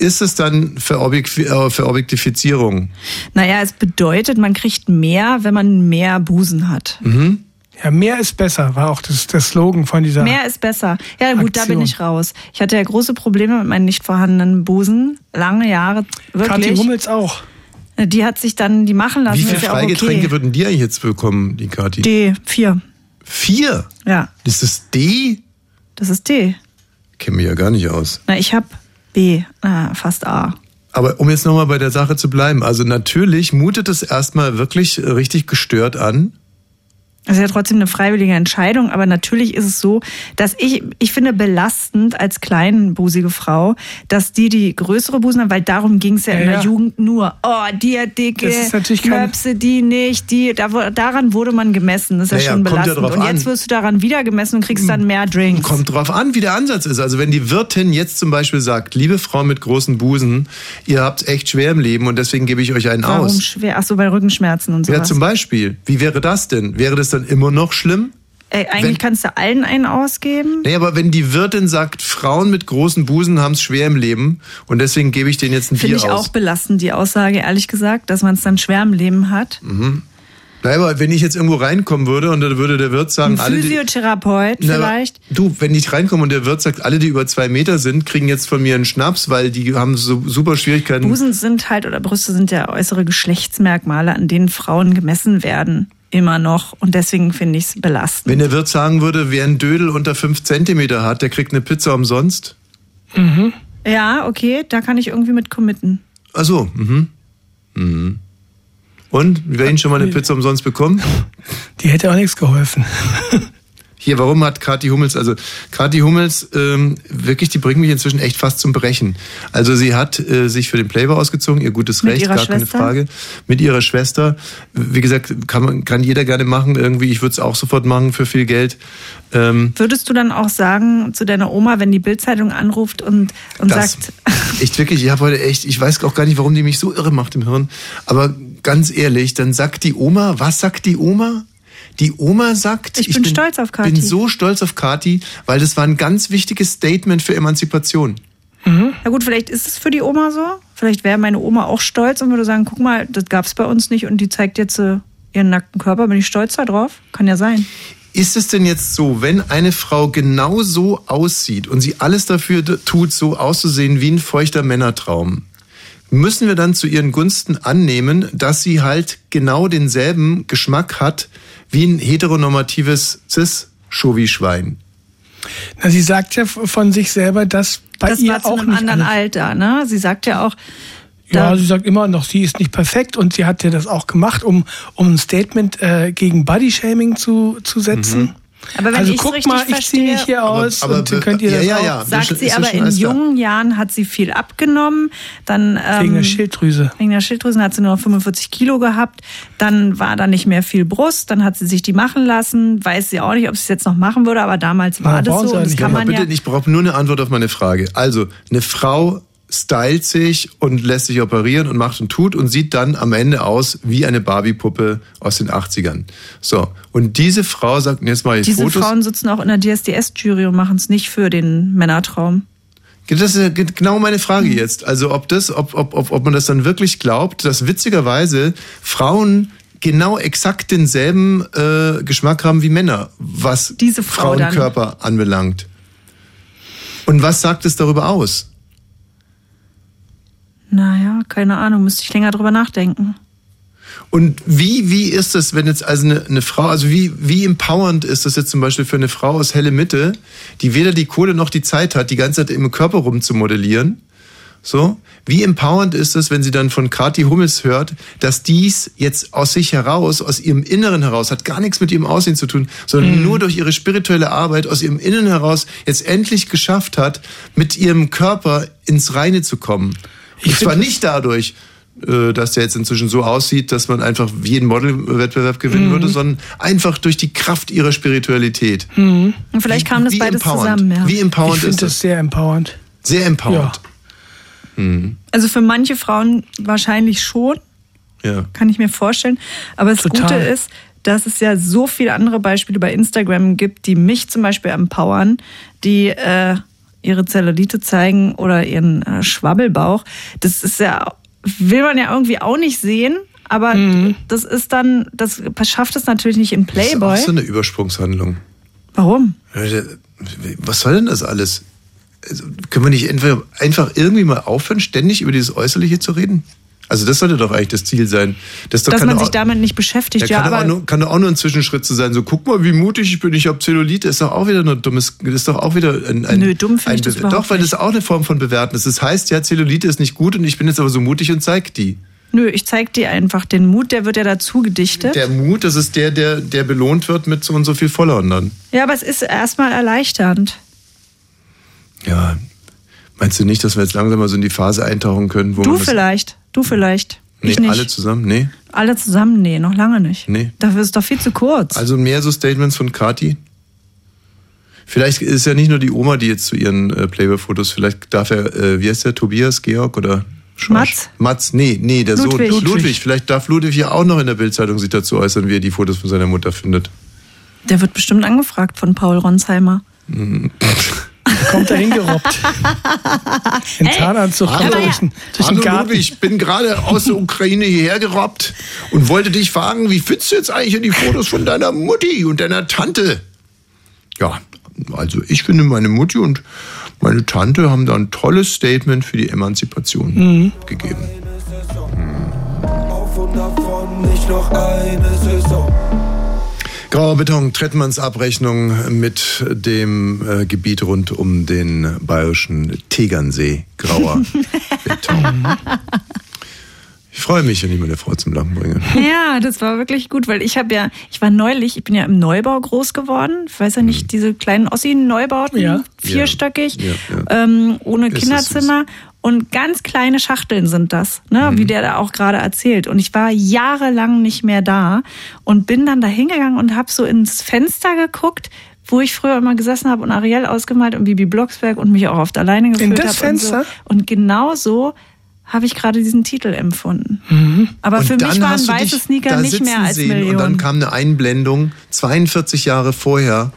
S6: Ist es dann für, Objek äh, für Objektifizierung?
S7: Naja, es bedeutet, man kriegt mehr, wenn man mehr Busen hat.
S6: Mhm.
S8: Ja, mehr ist besser, war auch das, der Slogan von dieser.
S7: Mehr ist besser. Ja gut, da bin
S8: Aktion.
S7: ich raus. Ich hatte ja große Probleme mit meinen nicht vorhandenen Busen. Lange Jahre, wirklich.
S8: Kathi Hummels auch.
S7: Die hat sich dann die machen lassen.
S6: Wie viele
S7: ist ja auch
S6: Freigetränke
S7: okay.
S6: würden die eigentlich jetzt bekommen, die Kathi?
S7: D, vier.
S6: Vier?
S7: Ja.
S6: Ist das D?
S7: Das ist D.
S6: Kenne mich ja gar nicht aus.
S7: Na, ich habe B, ah, fast A.
S6: Aber um jetzt nochmal bei der Sache zu bleiben, also natürlich mutet es erstmal wirklich richtig gestört an.
S7: Das ist ja trotzdem eine freiwillige Entscheidung, aber natürlich ist es so, dass ich, ich finde belastend als kleinbusige Frau, dass die, die größere Busen haben, weil darum ging es ja,
S8: Ja,
S7: in der
S8: ja.
S7: Jugend nur. Oh, die hat dicke,
S8: Das ist natürlich keine-
S7: Möpse, die nicht, die, da, wo- daran wurde man gemessen. Das ist ja,
S6: Naja,
S7: schon
S6: kommt ja
S7: belastend.
S6: drauf
S7: und jetzt
S6: an. Hm,
S7: wirst du daran wieder gemessen und kriegst dann mehr Drinks.
S6: Kommt drauf an, wie der Ansatz ist. Also wenn die Wirtin jetzt zum Beispiel sagt, liebe Frau mit großen Busen, ihr habt echt schwer im Leben und deswegen gebe ich euch einen
S7: Warum
S6: aus.
S7: schwer? Ach so, bei Rückenschmerzen und sowas.
S6: Ja, zum Beispiel. Wie wäre das denn? Wäre das dann immer noch schlimm?
S7: Ey, eigentlich kannst du allen einen ausgeben.
S6: Nee, aber wenn die Wirtin sagt, Frauen mit großen Busen haben es schwer im Leben und deswegen gebe ich denen jetzt ein
S7: Finde
S6: Bier
S7: ich auch
S6: aus.
S7: belastend, die Aussage, ehrlich gesagt, dass man es dann schwer im Leben hat.
S6: Mhm. Naja, aber wenn ich jetzt irgendwo reinkommen würde und dann würde der Wirt sagen,
S7: Ein
S6: alle die,
S7: Physiotherapeut
S6: Na, aber
S7: vielleicht.
S6: Du, wenn ich reinkomme und der Wirt sagt, alle, die über zwei Meter sind, kriegen jetzt von mir einen Schnaps, weil die haben so super
S8: Hm.
S6: Schwierigkeiten.
S7: Busen sind halt oder Brüste sind ja äußere Geschlechtsmerkmale, an denen Frauen gemessen werden. Immer noch. Und deswegen finde ich es belastend.
S6: Wenn der Wirt sagen würde, wer einen Dödel unter fünf Zentimeter hat, der kriegt eine Pizza umsonst.
S7: Ja, okay, da kann ich irgendwie mit committen.
S6: Ach so, mhm. mhm. Und, wer ihn schon mal eine Pizza umsonst bekommen?
S8: Die hätte auch nichts geholfen.
S6: Hier, warum hat Kathi Hummels, also Kathi Hummels, ähm, wirklich, die bringt mich inzwischen echt fast zum Brechen. Also sie hat äh, sich für den Playboy ausgezogen, ihr gutes
S7: Mit
S6: Recht,
S7: ihrer
S6: gar keine
S7: Schwester?
S6: Frage. Mit ihrer Schwester. Wie gesagt, kann, man, kann jeder gerne machen irgendwie. Ich würde es auch sofort machen für viel Geld. Ähm,
S8: Hm.
S7: Würdest du dann auch sagen zu deiner Oma, wenn die Bildzeitung anruft und, und
S6: Das-
S7: sagt,
S6: echt wirklich, ich habe heute echt, ich weiß auch gar nicht, warum die mich so irre macht im Hirn. Aber ganz ehrlich, dann sagt die Oma, was sagt die Oma? Die Oma sagt, ich, bin, stolz auf Kathi. bin so stolz auf Kathi, weil das war ein ganz wichtiges Statement für Emanzipation.
S7: na gut, vielleicht ist es für die Oma so, vielleicht wäre meine Oma auch stolz und würde sagen, guck mal, das gab es bei uns nicht und die zeigt jetzt äh, ihren nackten Körper, bin ich stolz darauf? Kann ja sein.
S6: Ist es denn jetzt so, wenn eine Frau genau so aussieht und sie alles dafür d- tut, so auszusehen wie ein feuchter Männertraum, müssen wir dann zu ihren Gunsten annehmen, dass sie halt genau denselben Geschmack hat wie ein heteronormatives Cis-Schovi-Schwein?
S8: Na, sie sagt ja von sich selber, dass bei
S7: das
S8: ihr
S7: war zu
S8: auch
S7: einem
S8: nicht
S7: anderen
S8: alles-
S7: Alter, ne? Sie sagt ja auch,
S8: Ja,
S7: Da-
S8: sie sagt immer noch, sie ist nicht perfekt und sie hat ja das auch gemacht, um, um ein Statement äh, gegen Bodyshaming zu, zu setzen.
S7: Aber wenn
S8: also
S7: ich's
S8: guckt
S7: richtig
S8: mal, ich ziehe mich hier
S6: Mhm. Aber-
S8: aus
S6: aber
S8: und
S6: be-
S8: dann könnt ihr das
S6: ja,
S8: auch.
S6: Ah ja,
S7: sagt
S6: schon-
S7: sie
S6: ist ja
S7: aber,
S6: schon
S7: in
S6: alles klar.
S7: jungen Jahren hat sie viel abgenommen. Dann, ähm,
S8: Wegen der Schilddrüse.
S7: Wegen der Schilddrüse hat sie nur noch 45 Kilo gehabt. Dann war da nicht mehr viel Brust. Dann hat sie sich die machen lassen. Weiß sie auch nicht, ob sie es jetzt noch machen würde, aber damals war das so. Und das kann
S6: Sag mal
S7: man ja.
S6: bitte, ich brauche nur eine Antwort auf meine Frage. Also, eine Frau stylt sich und lässt sich operieren und macht und tut und sieht dann am Ende aus wie eine Barbie-Puppe aus den 80ern. So, und diese Frau sagt, und jetzt mache ich
S7: Diese
S6: Fotos.
S7: Frauen sitzen auch in der DSDS-Jury und machen es nicht für den Männertraum.
S6: Das ist ja genau meine Frage jetzt. Also ob das, ob, ob, ob, ob man das dann wirklich glaubt, dass witzigerweise Frauen genau exakt denselben äh, Geschmack haben wie Männer, was
S7: Diese Frau dann.
S6: Frauenkörper anbelangt. Und was sagt es darüber aus?
S7: Naja, keine Ahnung, müsste ich länger drüber nachdenken.
S6: Und wie, wie ist das, wenn jetzt also eine, eine Frau, also wie, wie empowernd ist das jetzt zum Beispiel für eine Frau aus helle Mitte, die weder die Kohle noch die Zeit hat, die ganze Zeit im Körper rumzumodellieren? So, Wie empowernd ist es, wenn sie dann von Kati Hummels hört, dass dies jetzt aus sich heraus, aus ihrem Inneren heraus, hat gar nichts mit ihrem Aussehen zu tun, sondern
S15: Mhm.
S6: nur durch ihre spirituelle Arbeit aus ihrem Inneren heraus jetzt endlich geschafft hat, mit ihrem Körper ins Reine zu kommen. Und zwar nicht dadurch, äh, dass der jetzt inzwischen so aussieht, dass man einfach jeden Modelwettbewerb gewinnen
S7: Mhm.
S6: würde, sondern einfach durch die Kraft ihrer Spiritualität.
S7: Und Mhm. vielleicht kam das
S6: wie
S7: beides
S6: empowernd.
S7: zusammen. Ja.
S6: Wie empowernd
S8: ich finde
S6: ist
S8: das,
S6: das?
S8: sehr empowernd.
S6: Sehr empowernd. Mhm.
S7: Also für manche Frauen wahrscheinlich schon,
S6: Ja.
S7: kann ich mir vorstellen. Aber das
S8: Total.
S7: Gute ist, dass es ja so viele andere Beispiele bei Instagram gibt, die mich zum Beispiel empowern, die äh, ihre Zellulite zeigen oder ihren äh, Schwabbelbauch. Das ist ja, will man ja irgendwie auch nicht sehen, aber das ist dann, das schafft es natürlich nicht im Playboy.
S6: Mhm. Das ist auch so eine Übersprungshandlung.
S7: Warum?
S6: Leute, Was soll denn das alles? Also, können wir nicht einfach, einfach irgendwie mal aufhören, ständig über dieses Äußerliche zu reden? Also das sollte doch eigentlich das Ziel sein. Das ist doch
S7: Dass
S6: keine
S7: man sich
S6: Au-
S7: damit nicht beschäftigt, ja,
S6: ja, kann, doch
S7: aber.
S6: auch nur, kann doch auch nur ein Zwischenschritt zu sein. So, guck mal, wie mutig ich bin, ich habe Zellulite. Ist doch auch wieder nur dummes, ist doch auch wieder ein, ein
S7: Nö, dumm find
S6: ein
S7: ich das
S6: Be-
S7: überhaupt
S6: Doch, weil das auch eine Form von Bewerten ist. Das heißt ja, Zellulite ist nicht gut und ich bin jetzt aber so mutig und zeig die.
S7: Nö, ich zeig dir einfach den Mut, der wird ja dazu gedichtet.
S6: Der Mut, das ist der, der, der belohnt wird mit so und so viel Followern dann.
S7: Ja, aber es ist erstmal erleichternd.
S6: Ja. Meinst du nicht, dass wir jetzt langsam mal so in die Phase eintauchen können, wo
S7: Du
S6: man das-
S7: vielleicht, du vielleicht.
S6: Nee,
S7: ich nicht.
S6: alle zusammen? Nee,
S7: Alle zusammen, nee, noch lange nicht.
S6: nee.
S7: Dafür ist doch viel zu kurz.
S6: Also mehr so Statements von Kati. Vielleicht ist ja nicht nur die Oma, die jetzt zu ihren äh, Playboy-Fotos, vielleicht darf er, äh, wie heißt der, Tobias, Georg oder
S7: Mats?
S6: Mats? Nee, nee, der
S7: Ludwig.
S6: Sohn. Ludwig.
S7: Ludwig.
S6: Vielleicht darf Ludwig ja auch noch in der Bildzeitung sich dazu äußern, wie er die Fotos von seiner Mutter findet.
S7: Der wird bestimmt angefragt von Paul Ronsheimer.
S6: Mhm.
S8: Kommt dahin gerobbt. In Tarnanzug
S6: Hallo,
S8: kommt er durch den, durch den
S6: Hallo
S8: Garten.
S6: Ludwig, ich bin gerade aus der Ukraine hierher gerobbt und wollte dich fragen, wie findest du jetzt eigentlich hier die Fotos von deiner Mutti und deiner Tante? Ja, also ich finde, meine Mutti und meine Tante haben da ein tolles Statement für die Emanzipation
S8: Mhm.
S6: gegeben.
S4: Nicht noch eine Saison.
S6: Grauer Beton, Trettmanns Abrechnung mit dem äh, Gebiet rund um den bayerischen Tegernsee. Grauer Beton. Ich freue mich, wenn ich meine Frau zum Lachen bringe.
S7: Ja, das war wirklich gut, weil ich habe ja, ich war neulich, ich bin ja im Neubau groß geworden. Ich weiß ja nicht, diese kleinen Ossi-Neubauten,
S6: Mhm. Ja.
S7: vierstöckig,
S6: Ja,
S7: Ähm, ohne
S6: Ist das
S7: Kinderzimmer. Und ganz kleine Schachteln sind das, ne?
S6: Mhm.
S7: wie der da auch gerade erzählt. Und ich war jahrelang nicht mehr da und bin dann da hingegangen und habe so ins Fenster geguckt, wo ich früher immer gesessen habe und Ariel ausgemalt und Bibi Blocksberg und mich auch oft alleine gefühlt habe.
S8: das Fenster?
S7: Und, so. und genau so habe ich gerade diesen Titel empfunden. Aber
S6: Und
S7: für mich
S6: dann
S7: waren
S6: hast du
S7: weiße
S6: dich
S7: Sneaker
S6: da
S7: nicht
S6: sitzen
S7: mehr als
S6: sehen
S7: Millionen.
S6: Und dann kam eine Einblendung, 42 Jahre vorher.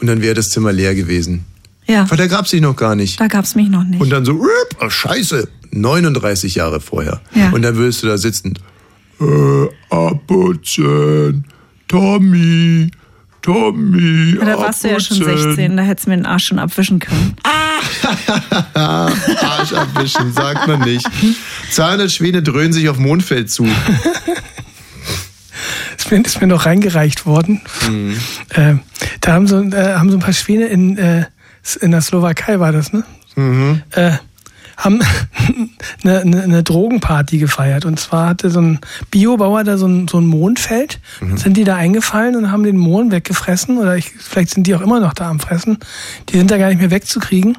S6: Und dann wäre das Zimmer leer gewesen.
S7: ja,
S6: Weil da gab es dich noch gar nicht.
S7: da gab es mich noch nicht.
S6: Und dann so, "Üpp, oh, scheiße, 39 Jahre vorher.
S7: Ja.
S6: Und dann würdest du da sitzen. Äh, abputzen, Tommy, Tommy,
S7: Ja, da warst du ja schon
S6: abputzen."
S7: 16, da hättest du mir den Arsch schon abwischen können.
S6: Ah, Arsch abwischen, sagt man nicht. 200 Schwäne dröhnen sich auf Mondfeld zu.
S8: Ist mir, ist mir noch reingereicht worden. Äh, da haben so, äh, haben so ein paar Schwäne in, äh, in der Slowakei, war das, ne?
S5: Mhm.
S8: äh, haben eine, eine, eine Drogenparty gefeiert. Und zwar hatte so ein Biobauer da so ein, so ein Mohnfeld. Dann Sind die da eingefallen und haben den Mohn weggefressen? Oder ich, vielleicht sind die auch immer noch da am Fressen. Die sind da gar nicht mehr wegzukriegen,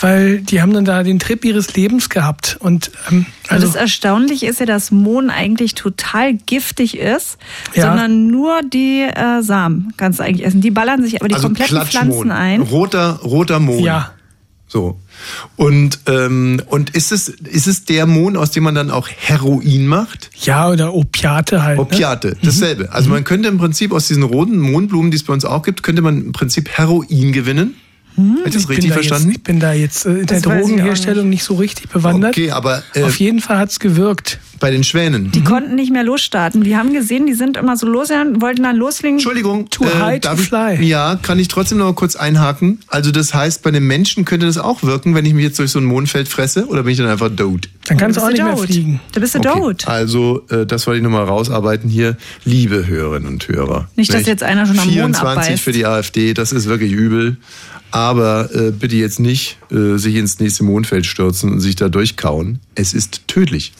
S8: weil die haben dann da den Trip ihres Lebens gehabt. Und ähm,
S7: Also
S8: also,
S7: das Erstaunliche ist ja, dass Mohn eigentlich total giftig ist,
S8: Ja.
S7: sondern nur die äh, Samen kannst du eigentlich essen. Die ballern sich aber die kompletten
S6: Also Klatschmohn.
S7: Pflanzen ein.
S6: Roter, roter Mohn.
S7: Ja.
S6: So. Und, ähm, und ist, es, ist es der Mohn, aus dem man dann auch Heroin macht?
S8: ja, oder Opiate halt.
S6: Opiate, dasselbe.
S8: Mhm.
S6: Also man könnte im Prinzip aus diesen roten Mohnblumen, die es bei uns auch gibt, könnte man im Prinzip Heroin gewinnen.
S8: Hm,
S6: Hab ich das
S8: ich, bin
S6: richtig
S8: da
S6: verstanden?
S8: Jetzt, ich bin da jetzt äh, in der
S6: Das weiß ich auch
S8: Drogenherstellung nicht so richtig bewandert.
S6: Okay, aber äh,
S8: Auf jeden Fall hat's gewirkt.
S6: bei den Schwänen.
S7: Die konnten nicht mehr losstarten. Die haben gesehen, die sind immer so losgegangen, wollten dann loslegen.
S6: Entschuldigung, äh,
S7: to high, to
S6: darf
S7: fly.
S6: Ich, ja, kann ich trotzdem noch mal kurz einhaken. Also das heißt, bei einem Menschen könnte das auch wirken, wenn ich mich jetzt durch so ein Mondfeld fresse oder bin ich dann einfach dood?
S8: Dann kannst du auch
S7: bist du
S8: nicht mehr
S7: dood.
S8: fliegen.
S7: Da bist du dood.
S6: Also äh, das wollte ich nochmal rausarbeiten hier. Liebe Hörerinnen und Hörer.
S7: Nicht, dass jetzt einer schon am Mohn
S6: 24
S7: abbeißt.
S6: für die AfD, das ist wirklich übel. Aber äh, bitte jetzt nicht äh, sich ins nächste Mondfeld stürzen und sich da durchkauen. Es ist tödlich.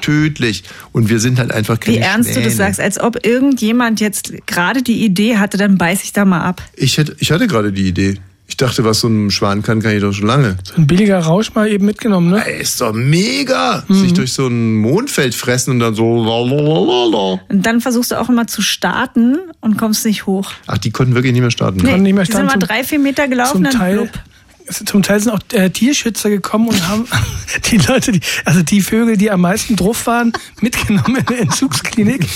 S6: Tödlich. Und wir sind halt einfach keine
S7: Wie ernst du das
S6: Schwäne.
S7: sagst, als ob irgendjemand jetzt gerade die Idee hatte, dann beiß ich da mal ab.
S6: Ich, hätte, ich hatte gerade die Idee. Ich dachte, was so ein Schwan kann, kann ich doch schon lange.
S8: Ein billiger Rausch mal eben mitgenommen, ne?
S6: Ist doch mega! Sich durch so ein Mondfeld fressen und dann so. lalalala.
S7: Und dann versuchst du auch immer zu starten und kommst nicht hoch.
S6: Ach, die konnten wirklich nicht mehr starten. ne?
S7: Nee, die sind mal drei, vier Meter gelaufen,
S8: Zum
S7: dann
S8: Teil,
S7: blub.
S8: es- zum Teil sind auch äh, Tierschützer gekommen und haben die Leute, die, also die Vögel, die am meisten drauf waren, mitgenommen in eine Entzugsklinik.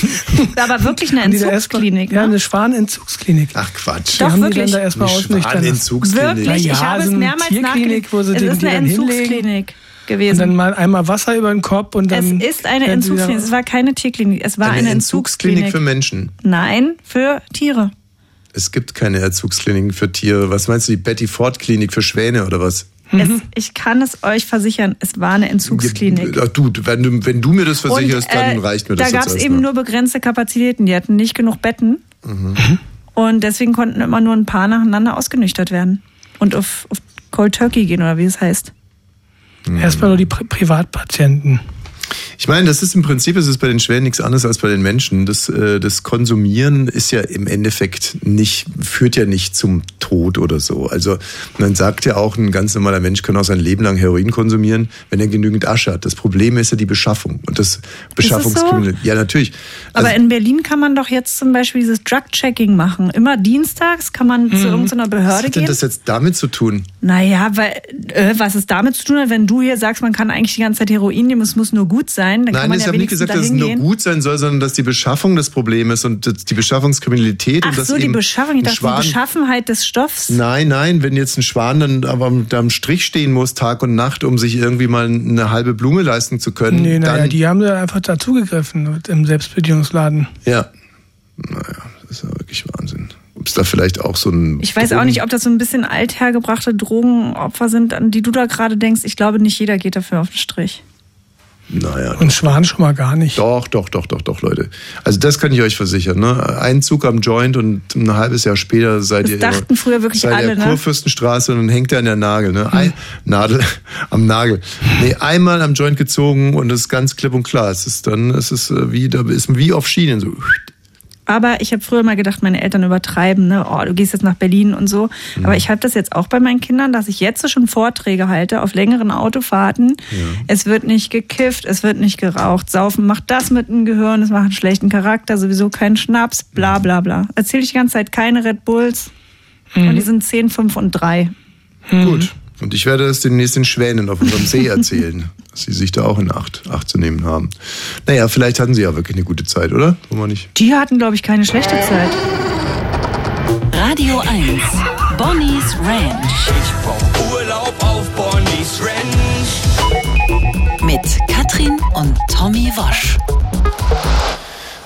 S7: Aber wirklich eine
S8: Haben die da erstmal-
S7: Entzugsklinik, ne?
S8: Ja, eine Schwanentzugsklinik.
S6: Ach Quatsch.
S8: Die
S7: Doch,
S8: haben
S7: wirklich.
S8: die dann da erstmal
S6: Eine
S8: ausnüchtern.
S6: Schwanenentzugsklinik.
S7: Wirklich, ich habe es mehrmals nachgelesen.
S8: Wo sie
S7: Es
S8: den,
S7: ist
S8: die
S7: eine
S8: dann hinlegen
S7: Entzugsklinik
S8: Und dann
S7: gewesen.
S8: mal einmal Wasser über den Kopf und
S7: Es
S8: dann.
S7: ist eine
S8: werden sie wieder-
S7: Entzugsklinik. Es war keine Tierklinik, es war eine,
S6: Eine
S7: Entzugsklinik.
S6: Entzugsklinik für Menschen.
S7: Nein, für Tiere.
S6: Es gibt keine Erzugskliniken für Tiere. Was meinst du, die Betty Ford Klinik für Schwäne oder was?
S7: Es,
S8: Mhm.
S7: ich kann es euch versichern, es war eine Entzugsklinik.
S6: Ach äh, du, wenn du, wenn du mir das versicherst,
S7: Und, äh,
S6: dann reicht mir das
S7: Da
S6: jetzt
S7: gab es
S6: erstmal.
S7: eben nur begrenzte Kapazitäten. Die hatten nicht genug Betten
S6: Mhm.
S7: und deswegen konnten immer nur ein paar nacheinander ausgenüchtert werden und auf, auf Cold Turkey gehen oder wie es heißt.
S6: Hm.
S8: Erstmal nur die Pri Privatpatienten.
S6: Ich meine, das ist im Prinzip, es ist bei den Schwänen nichts anderes als bei den Menschen. Das, äh, das Konsumieren ist ja im Endeffekt nicht, führt ja nicht zum Tod oder so. Also man sagt ja auch, ein ganz normaler Mensch kann auch sein Leben lang Heroin konsumieren, wenn er genügend Asche hat. Das Problem ist ja die Beschaffung und das Beschaffungskriminal. Ja, natürlich.
S7: Aber
S6: Also
S7: in Berlin kann man doch jetzt zum Beispiel dieses Drug-Checking machen. Immer dienstags kann man zu irgendeiner
S6: Hm. Was
S7: Behörde
S6: hat denn
S7: gehen.
S6: das jetzt damit zu tun?
S7: Naja, weil, äh, was es damit zu tun hat, wenn du hier sagst, man kann eigentlich die ganze Zeit Heroin nehmen, es muss nur gut sein, dann kann
S6: Nein,
S7: man
S6: ich
S7: ja
S6: habe nicht
S7: wenigstens
S6: gesagt, dass es
S7: dahin
S6: nur
S7: gehen.
S6: gut sein soll, sondern dass die Beschaffung das Problem ist und dass die Beschaffungskriminalität
S7: Ach
S6: und dass
S7: so, die
S6: eben
S7: Beschaffung, ich
S6: ein
S7: dachte,
S6: Schwan,
S7: die Beschaffenheit des Stoffs.
S6: Nein, nein, wenn jetzt ein Schwan dann aber am- da am Strich stehen muss, Tag und Nacht, um sich irgendwie mal eine halbe Blume leisten zu können,
S8: Nee,
S6: dann.
S8: naja, die haben da einfach dazugegriffen mit- im Selbstbedienungsladen.
S6: ja. Naja, das ist ja wirklich Wahnsinn. Ob es da vielleicht auch so ein.
S7: Ich weiß auch nicht, ob das so ein bisschen althergebrachte Drogenopfer sind, an die du da gerade denkst. Ich glaube, nicht jeder geht dafür auf den Strich.
S6: Naja.
S8: Und Schwan schon mal gar nicht.
S6: Doch, doch, doch, doch, doch, Leute. Also das kann ich euch versichern. Ne? Ein Zug am Joint und ein halbes Jahr später seid ihr
S7: dachten früher wirklich
S6: seid ihr
S7: alle, ne? Hm.
S6: Kurfürstenstraße und dann hängt er an der Nagel. Ne? Ein, Nadel am Nagel. Nee, einmal am Joint gezogen und das ist ganz klipp und klar. Es ist dann, es ist äh, wie, da ist man wie auf Schienen so.
S7: Aber ich habe früher mal gedacht, meine Eltern übertreiben, ne? oh, du gehst jetzt nach Berlin und so. Aber ich habe das jetzt auch bei meinen Kindern, dass ich jetzt so schon Vorträge halte auf längeren Autofahrten. Es wird nicht gekifft, es wird nicht geraucht. Saufen macht das mit dem Gehirn, es macht einen schlechten Charakter, sowieso keinen Schnaps, bla bla bla. Erzähle ich die ganze Zeit keine Red Bulls. Und die sind 10, 5 und 3. Hm.
S6: Gut. Und ich werde es demnächst den Schwänen auf unserem See erzählen, dass sie sich da auch in Acht, Acht zu nehmen haben. Naja, vielleicht hatten sie ja wirklich eine gute Zeit, oder? Wollen wir nicht?
S7: Die hatten, glaube ich, keine schlechte Zeit.
S1: Radio 1. Bonnie's Ranch. Ich brauch Urlaub auf Bonnie's Ranch. Mit Katrin und Tommy Wasch.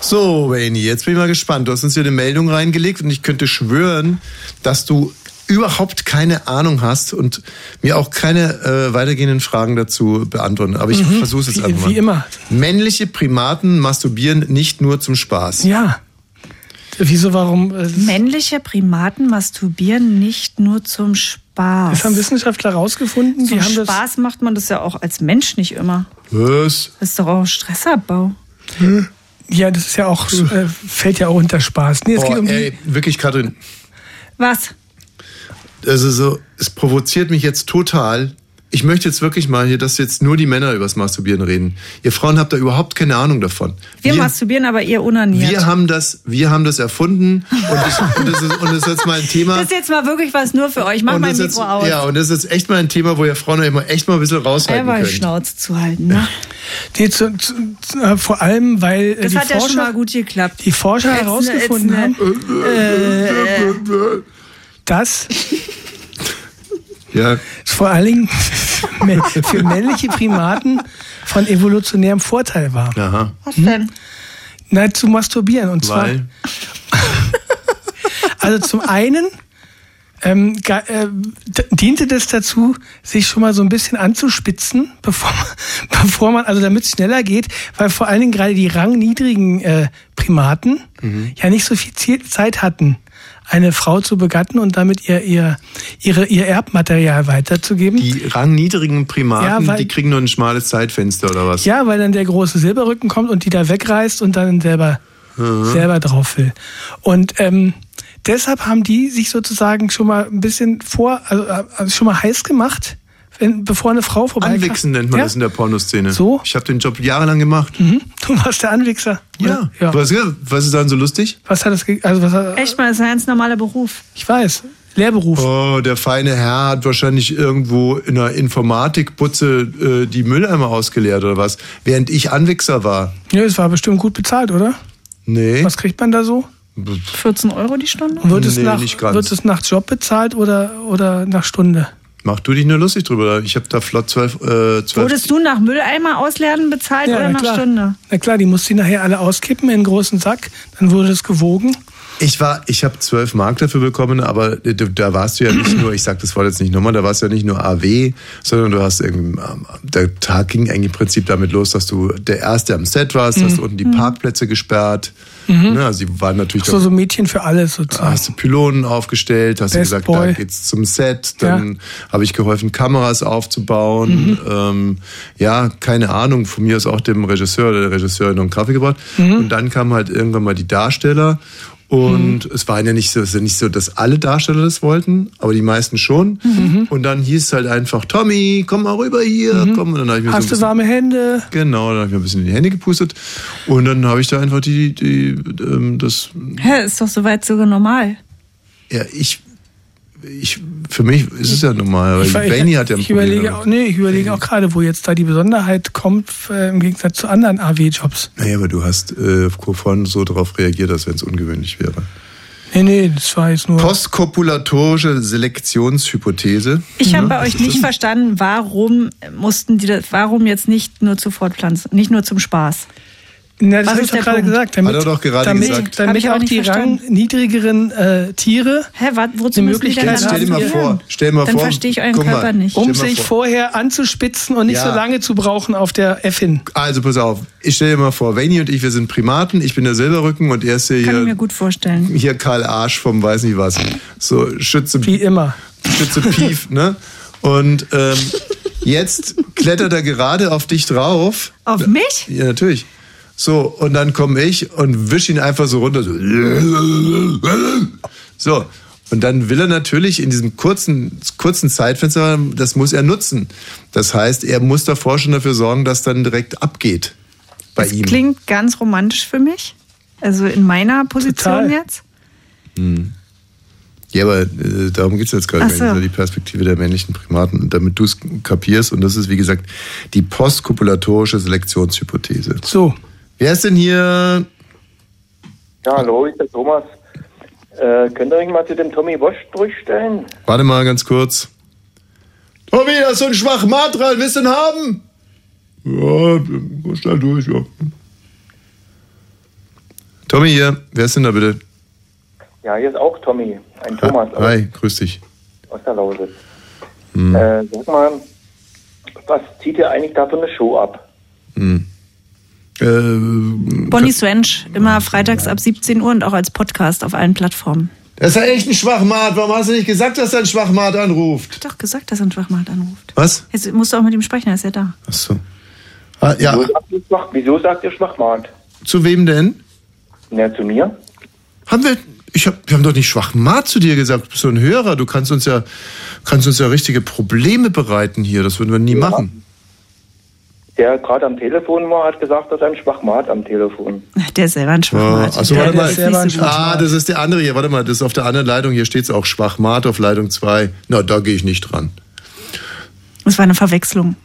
S6: So, Wayne, jetzt bin ich mal gespannt. Du hast uns hier eine Meldung reingelegt und ich könnte schwören, dass du überhaupt keine Ahnung hast und mir auch keine äh, weitergehenden Fragen dazu beantworten. Aber ich
S8: Mhm.
S6: versuche es
S8: Wie-
S6: jetzt einfach mal.
S8: wie immer.
S6: Männliche Primaten masturbieren nicht nur zum Spaß.
S8: Ja. Wieso, warum? äh,
S7: Männliche Primaten masturbieren nicht nur zum Spaß.
S8: Das haben Wissenschaftler rausgefunden.
S7: Zum
S8: Die haben das-
S7: Spaß macht man das ja auch als Mensch nicht immer.
S6: Was?
S7: Das ist doch auch Stressabbau.
S8: Ja, das ist ja auch, äh, fällt ja auch unter Spaß. Nee, es geht
S6: Boah,
S8: um die,
S6: Oh, ey, wirklich, Katrin,
S7: Was?
S6: also so, es provoziert mich jetzt total. Ich möchte jetzt wirklich mal hier, dass jetzt nur die Männer übers Masturbieren reden. Ihr Frauen habt da überhaupt keine Ahnung davon.
S7: Wir, masturbieren, aber ihr unaniert.
S6: Wir haben das, wir haben das erfunden und das, und das, ist, und das ist jetzt mal ein Thema.
S7: das ist jetzt mal wirklich was nur für euch. Mach
S6: und
S7: mein
S6: das
S7: Mikro
S6: ist jetzt,
S7: aus.
S6: Ja, und das ist jetzt echt mal ein Thema, wo ihr Frauen euch mal echt mal ein bisschen raushalten
S7: Einfach die
S6: könnt.
S7: Schnauze zu halten. Ne?
S8: die zu, zu, zu, äh, vor allem, weil äh,
S7: Das
S8: die
S7: hat ja
S8: Forscher,
S7: schon mal gut geklappt.
S8: die Forscher
S7: Jetzt ne- jetzt
S8: herausgefunden
S7: ne-
S8: haben,
S7: Äh, äh.
S8: dass
S6: Ja,
S8: es vor allen Dingen mä- für männliche Primaten von evolutionärem Vorteil war.
S6: Aha.
S7: Was denn?
S8: Na, zu masturbieren. Und zwar.
S6: Weil?
S8: also zum einen ähm, ga- äh, d- diente das dazu, sich schon mal so ein bisschen anzuspitzen, bevor man, bevor man also damit es schneller geht, weil vor allen Dingen gerade die rangniedrigen äh, Primaten ja nicht so viel Ze- Zeit hatten. eine Frau zu begatten und damit ihr, ihr, ihre, ihr Erbmaterial weiterzugeben.
S6: Die rangniedrigen Primaten,
S8: Ja, weil-
S6: die kriegen nur ein schmales Zeitfenster oder was?
S8: Ja, weil dann der große Silberrücken kommt und die da wegreißt und dann selber,
S6: Mhm.
S8: selber drauf will. Und ähm, deshalb haben die sich sozusagen schon mal ein bisschen vor, also, äh, also schon mal heiß gemacht, wenn, bevor eine Frau vorbei
S6: Anwichsen nennt man das in der Pornoszene.
S8: So? Mhm.
S6: Ich habe den Job jahrelang gemacht.
S8: Du warst der Anwichser.
S6: Ja. Was, was ist daran so lustig?
S8: Was hat das, ge- also was hat,
S7: Echt mal, das ist ein ganz normaler Beruf.
S8: Ich weiß. Lehrberuf.
S6: Oh, der feine Herr hat wahrscheinlich irgendwo in einer Informatikputze äh, die Mülleimer ausgeleert oder was, während ich Anwichser war.
S8: ja, es war bestimmt gut bezahlt, oder?
S6: Nee.
S8: Was kriegt man da so?
S7: 14 Euro die Stunde?
S8: Wird es,
S6: Nee,
S8: nach,
S6: nicht ganz.
S8: wird es nach Job bezahlt oder, oder nach Stunde?
S6: Mach du dich nur lustig drüber. Ich habe da flott zwölf, äh, zwölf
S7: Wurdest du nach Mülleimer auslernen bezahlt oder
S8: na
S7: nach
S8: klar.
S7: Stunde?
S8: Na klar, die musste die nachher alle auskippen in einen großen Sack. Dann wurde es gewogen.
S6: Ich war, ich habe 12 Mark dafür bekommen, aber da, da warst du ja nicht nur, ich sag das Wort jetzt nicht nochmal, da warst du ja nicht nur AW, sondern du hast irgendwie, ähm, der Tag ging eigentlich im Prinzip damit los, dass du der Erste am Set warst, hast unten die Parkplätze gesperrt.
S8: Mhm.
S6: Ne, also die waren natürlich
S8: So, so Mädchen für alles sozusagen.
S6: hast du Pylonen aufgestellt, hast du
S8: Best
S6: gesagt, da
S8: Boy.
S6: geht's zum Set, dann habe ich geholfen, Kameras aufzubauen,
S8: Mhm.
S6: ähm, ja, keine Ahnung, von mir aus auch dem Regisseur oder der Regisseurin noch einen Kaffee gebracht
S8: Mhm.
S6: und dann kamen halt irgendwann mal die Darsteller und
S8: Mhm.
S6: es waren ja nicht so, es ist ja nicht so, dass alle Darsteller das wollten, aber die meisten schon.
S8: Mhm.
S6: Und dann hieß es halt einfach, Tommy, komm mal rüber hier, komm. Und dann habe ich mir
S8: Hast
S6: so ein
S8: du warme Hände?
S6: Genau, dann habe ich mir ein bisschen in die Hände gepustet. Und dann habe ich da einfach die, die, ähm, das
S7: Hä, ist doch soweit sogar normal.
S6: ja, ich, ich, für mich ist es ja normal, weil
S8: Ich war- ich-
S6: Benny hat ja ein
S8: ich
S6: Problem.
S8: überlege,
S6: damit.
S8: auch, nee, ich überlege auch gerade, wo jetzt da die Besonderheit kommt, äh, im Gegensatz zu anderen AW-Jobs.
S6: Naja, aber du hast äh, vorhin so darauf reagiert, als wenn es ungewöhnlich wäre.
S8: Nee, nee, das war jetzt nur.
S6: Postkopulatorische Selektionshypothese.
S7: Ich habe
S6: Ja,
S7: bei
S6: was
S7: euch
S6: ist
S7: nicht
S6: das?
S7: verstanden, warum mussten die das, warum jetzt nicht nur zur Fortpflanzung, nicht nur zum Spaß?
S8: Na, das
S7: Was
S8: habe
S7: ist
S8: ich doch
S7: der
S8: gerade
S7: Punkt?
S8: gesagt.
S6: Hat er doch gerade
S8: damit,
S6: gesagt.
S7: Hab
S8: Damit
S7: ich aber
S8: auch
S7: nicht
S8: die
S7: verstanden.
S8: rangniedrigeren äh, Tiere
S7: Hä, wa- wozu
S8: Die
S7: müssen die denn
S8: Möglichkeit,
S7: dann
S6: stell dir mal
S7: ausprobieren?
S6: vor, stell dir mal
S7: Dann
S6: vor,
S7: verstehe ich euren
S6: guck mal,
S7: Körper nicht.
S6: stell
S8: um
S6: dir mal
S8: sich
S6: vor-
S8: vorher anzuspitzen und nicht
S6: Ja.
S8: so lange zu brauchen auf der F-Hin.
S6: Also pass auf, ich stelle dir mal vor, Benny und ich, wir sind Primaten, ich bin der Silberrücken und er ist hier,
S7: Kann ich mir
S6: hier,
S7: gut vorstellen.
S6: hier Karl Arsch vom weiß nicht was. So Schütze
S8: Wie immer.
S6: Schütze Pief, ne? Und ähm, jetzt klettert er gerade auf dich drauf.
S7: Auf mich?
S6: Ja, natürlich. So, und dann komme ich und wisch ihn einfach so runter. So. so. Und dann will er natürlich in diesem kurzen, kurzen Zeitfenster, das muss er nutzen. Das heißt, er muss davor schon dafür sorgen, dass dann direkt abgeht bei
S7: Das
S6: ihm.
S7: klingt ganz romantisch für mich. Also in meiner Position
S6: Total.
S7: jetzt.
S6: Hm. Ja, aber äh, darum geht's jetzt gerade.
S7: Ach
S6: gar nicht.
S7: so.
S6: Das ist ja die Perspektive der männlichen Primaten. Und damit du's kapierst, und das ist, wie gesagt, die postkopulatorische Selektionshypothese.
S8: So.
S6: Wer ist denn hier?
S15: Ja, hallo, ich bin Thomas. Äh, könnt ihr euch mal zu dem Tommy Bosch durchstellen?
S6: Warte mal ganz kurz. Tommy, das ist so ein Schwachmatral. Willst du ihn haben? Ja, ganz schnell durch, ja. Tommy hier. Wer ist denn da bitte?
S15: Ja, hier ist auch Tommy, ein Thomas
S6: Hi, grüß dich.
S15: aus der Lausitz. Äh, sag mal, was zieht ihr eigentlich da für eine Show ab?
S6: Äh,
S7: Bonnie Swench, immer freitags ab 17 Uhr und auch als Podcast auf allen Plattformen.
S6: das ist ja echt ein Schwachmat. Warum hast du nicht gesagt, dass er ein Schwachmat anruft?
S7: Doch gesagt, dass er einen Schwachmat anruft.
S6: Was?
S7: Jetzt musst du auch mit ihm sprechen, er ist ja da.
S6: Ach so. Ah, ja.
S15: Wieso sagt ihr, Schwach, wieso sagt ihr Schwachmat?
S6: Zu wem denn?
S15: Na, zu mir?
S6: Haben wir. Ich hab, wir haben doch nicht Schwachmat zu dir gesagt. Du bist so ein Hörer. Du kannst uns ja, kannst uns ja richtige Probleme bereiten hier. Das würden wir nie machen.
S15: Der gerade am Telefon war, hat gesagt, dass ein Schwachmat am Telefon.
S7: Der ist selber ein Schwachmat.
S6: Ah, also warte
S7: Der
S6: mal.
S7: ist nicht so gut.
S6: ah, das ist der andere hier. Warte mal, das ist auf der anderen Leitung. Hier steht es auch Schwachmat auf Leitung 2. Na, da gehe ich nicht dran.
S7: Das war eine Verwechslung.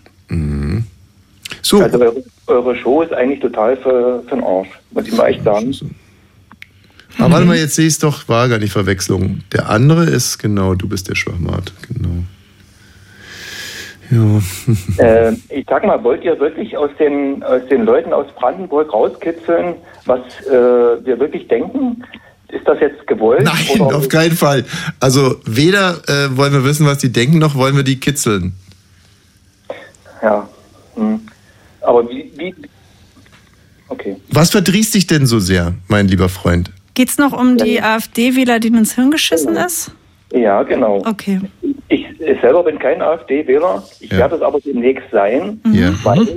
S6: So.
S15: Also eure, eure Show ist eigentlich total für, für den Arsch, muss ich mal echt sagen.
S6: Aber warte mal, jetzt sehe ich es doch. War gar nicht Verwechslung. Der andere ist genau. Du bist der Schwachmat. Genau. Ja.
S15: Äh, ich sag mal, wollt ihr wirklich aus den, aus den Leuten aus Brandenburg rauskitzeln, was äh, wir wirklich denken? Ist das jetzt gewollt?
S6: Nein, auf keinen Fall. Also weder äh, wollen wir wissen, was die denken, noch wollen wir die kitzeln.
S15: Ja. Hm. Aber wie, wie. Okay.
S6: Was verdrießt dich denn so sehr, mein lieber Freund?
S7: Geht es noch um die AfD-Wähler, denen ins Hirn geschissen ist?
S15: Ja, genau.
S7: Okay.
S15: Ich äh, selber bin kein AfD-Wähler, ich
S7: Ja.
S15: werde es aber demnächst sein,
S6: Ja.
S15: weil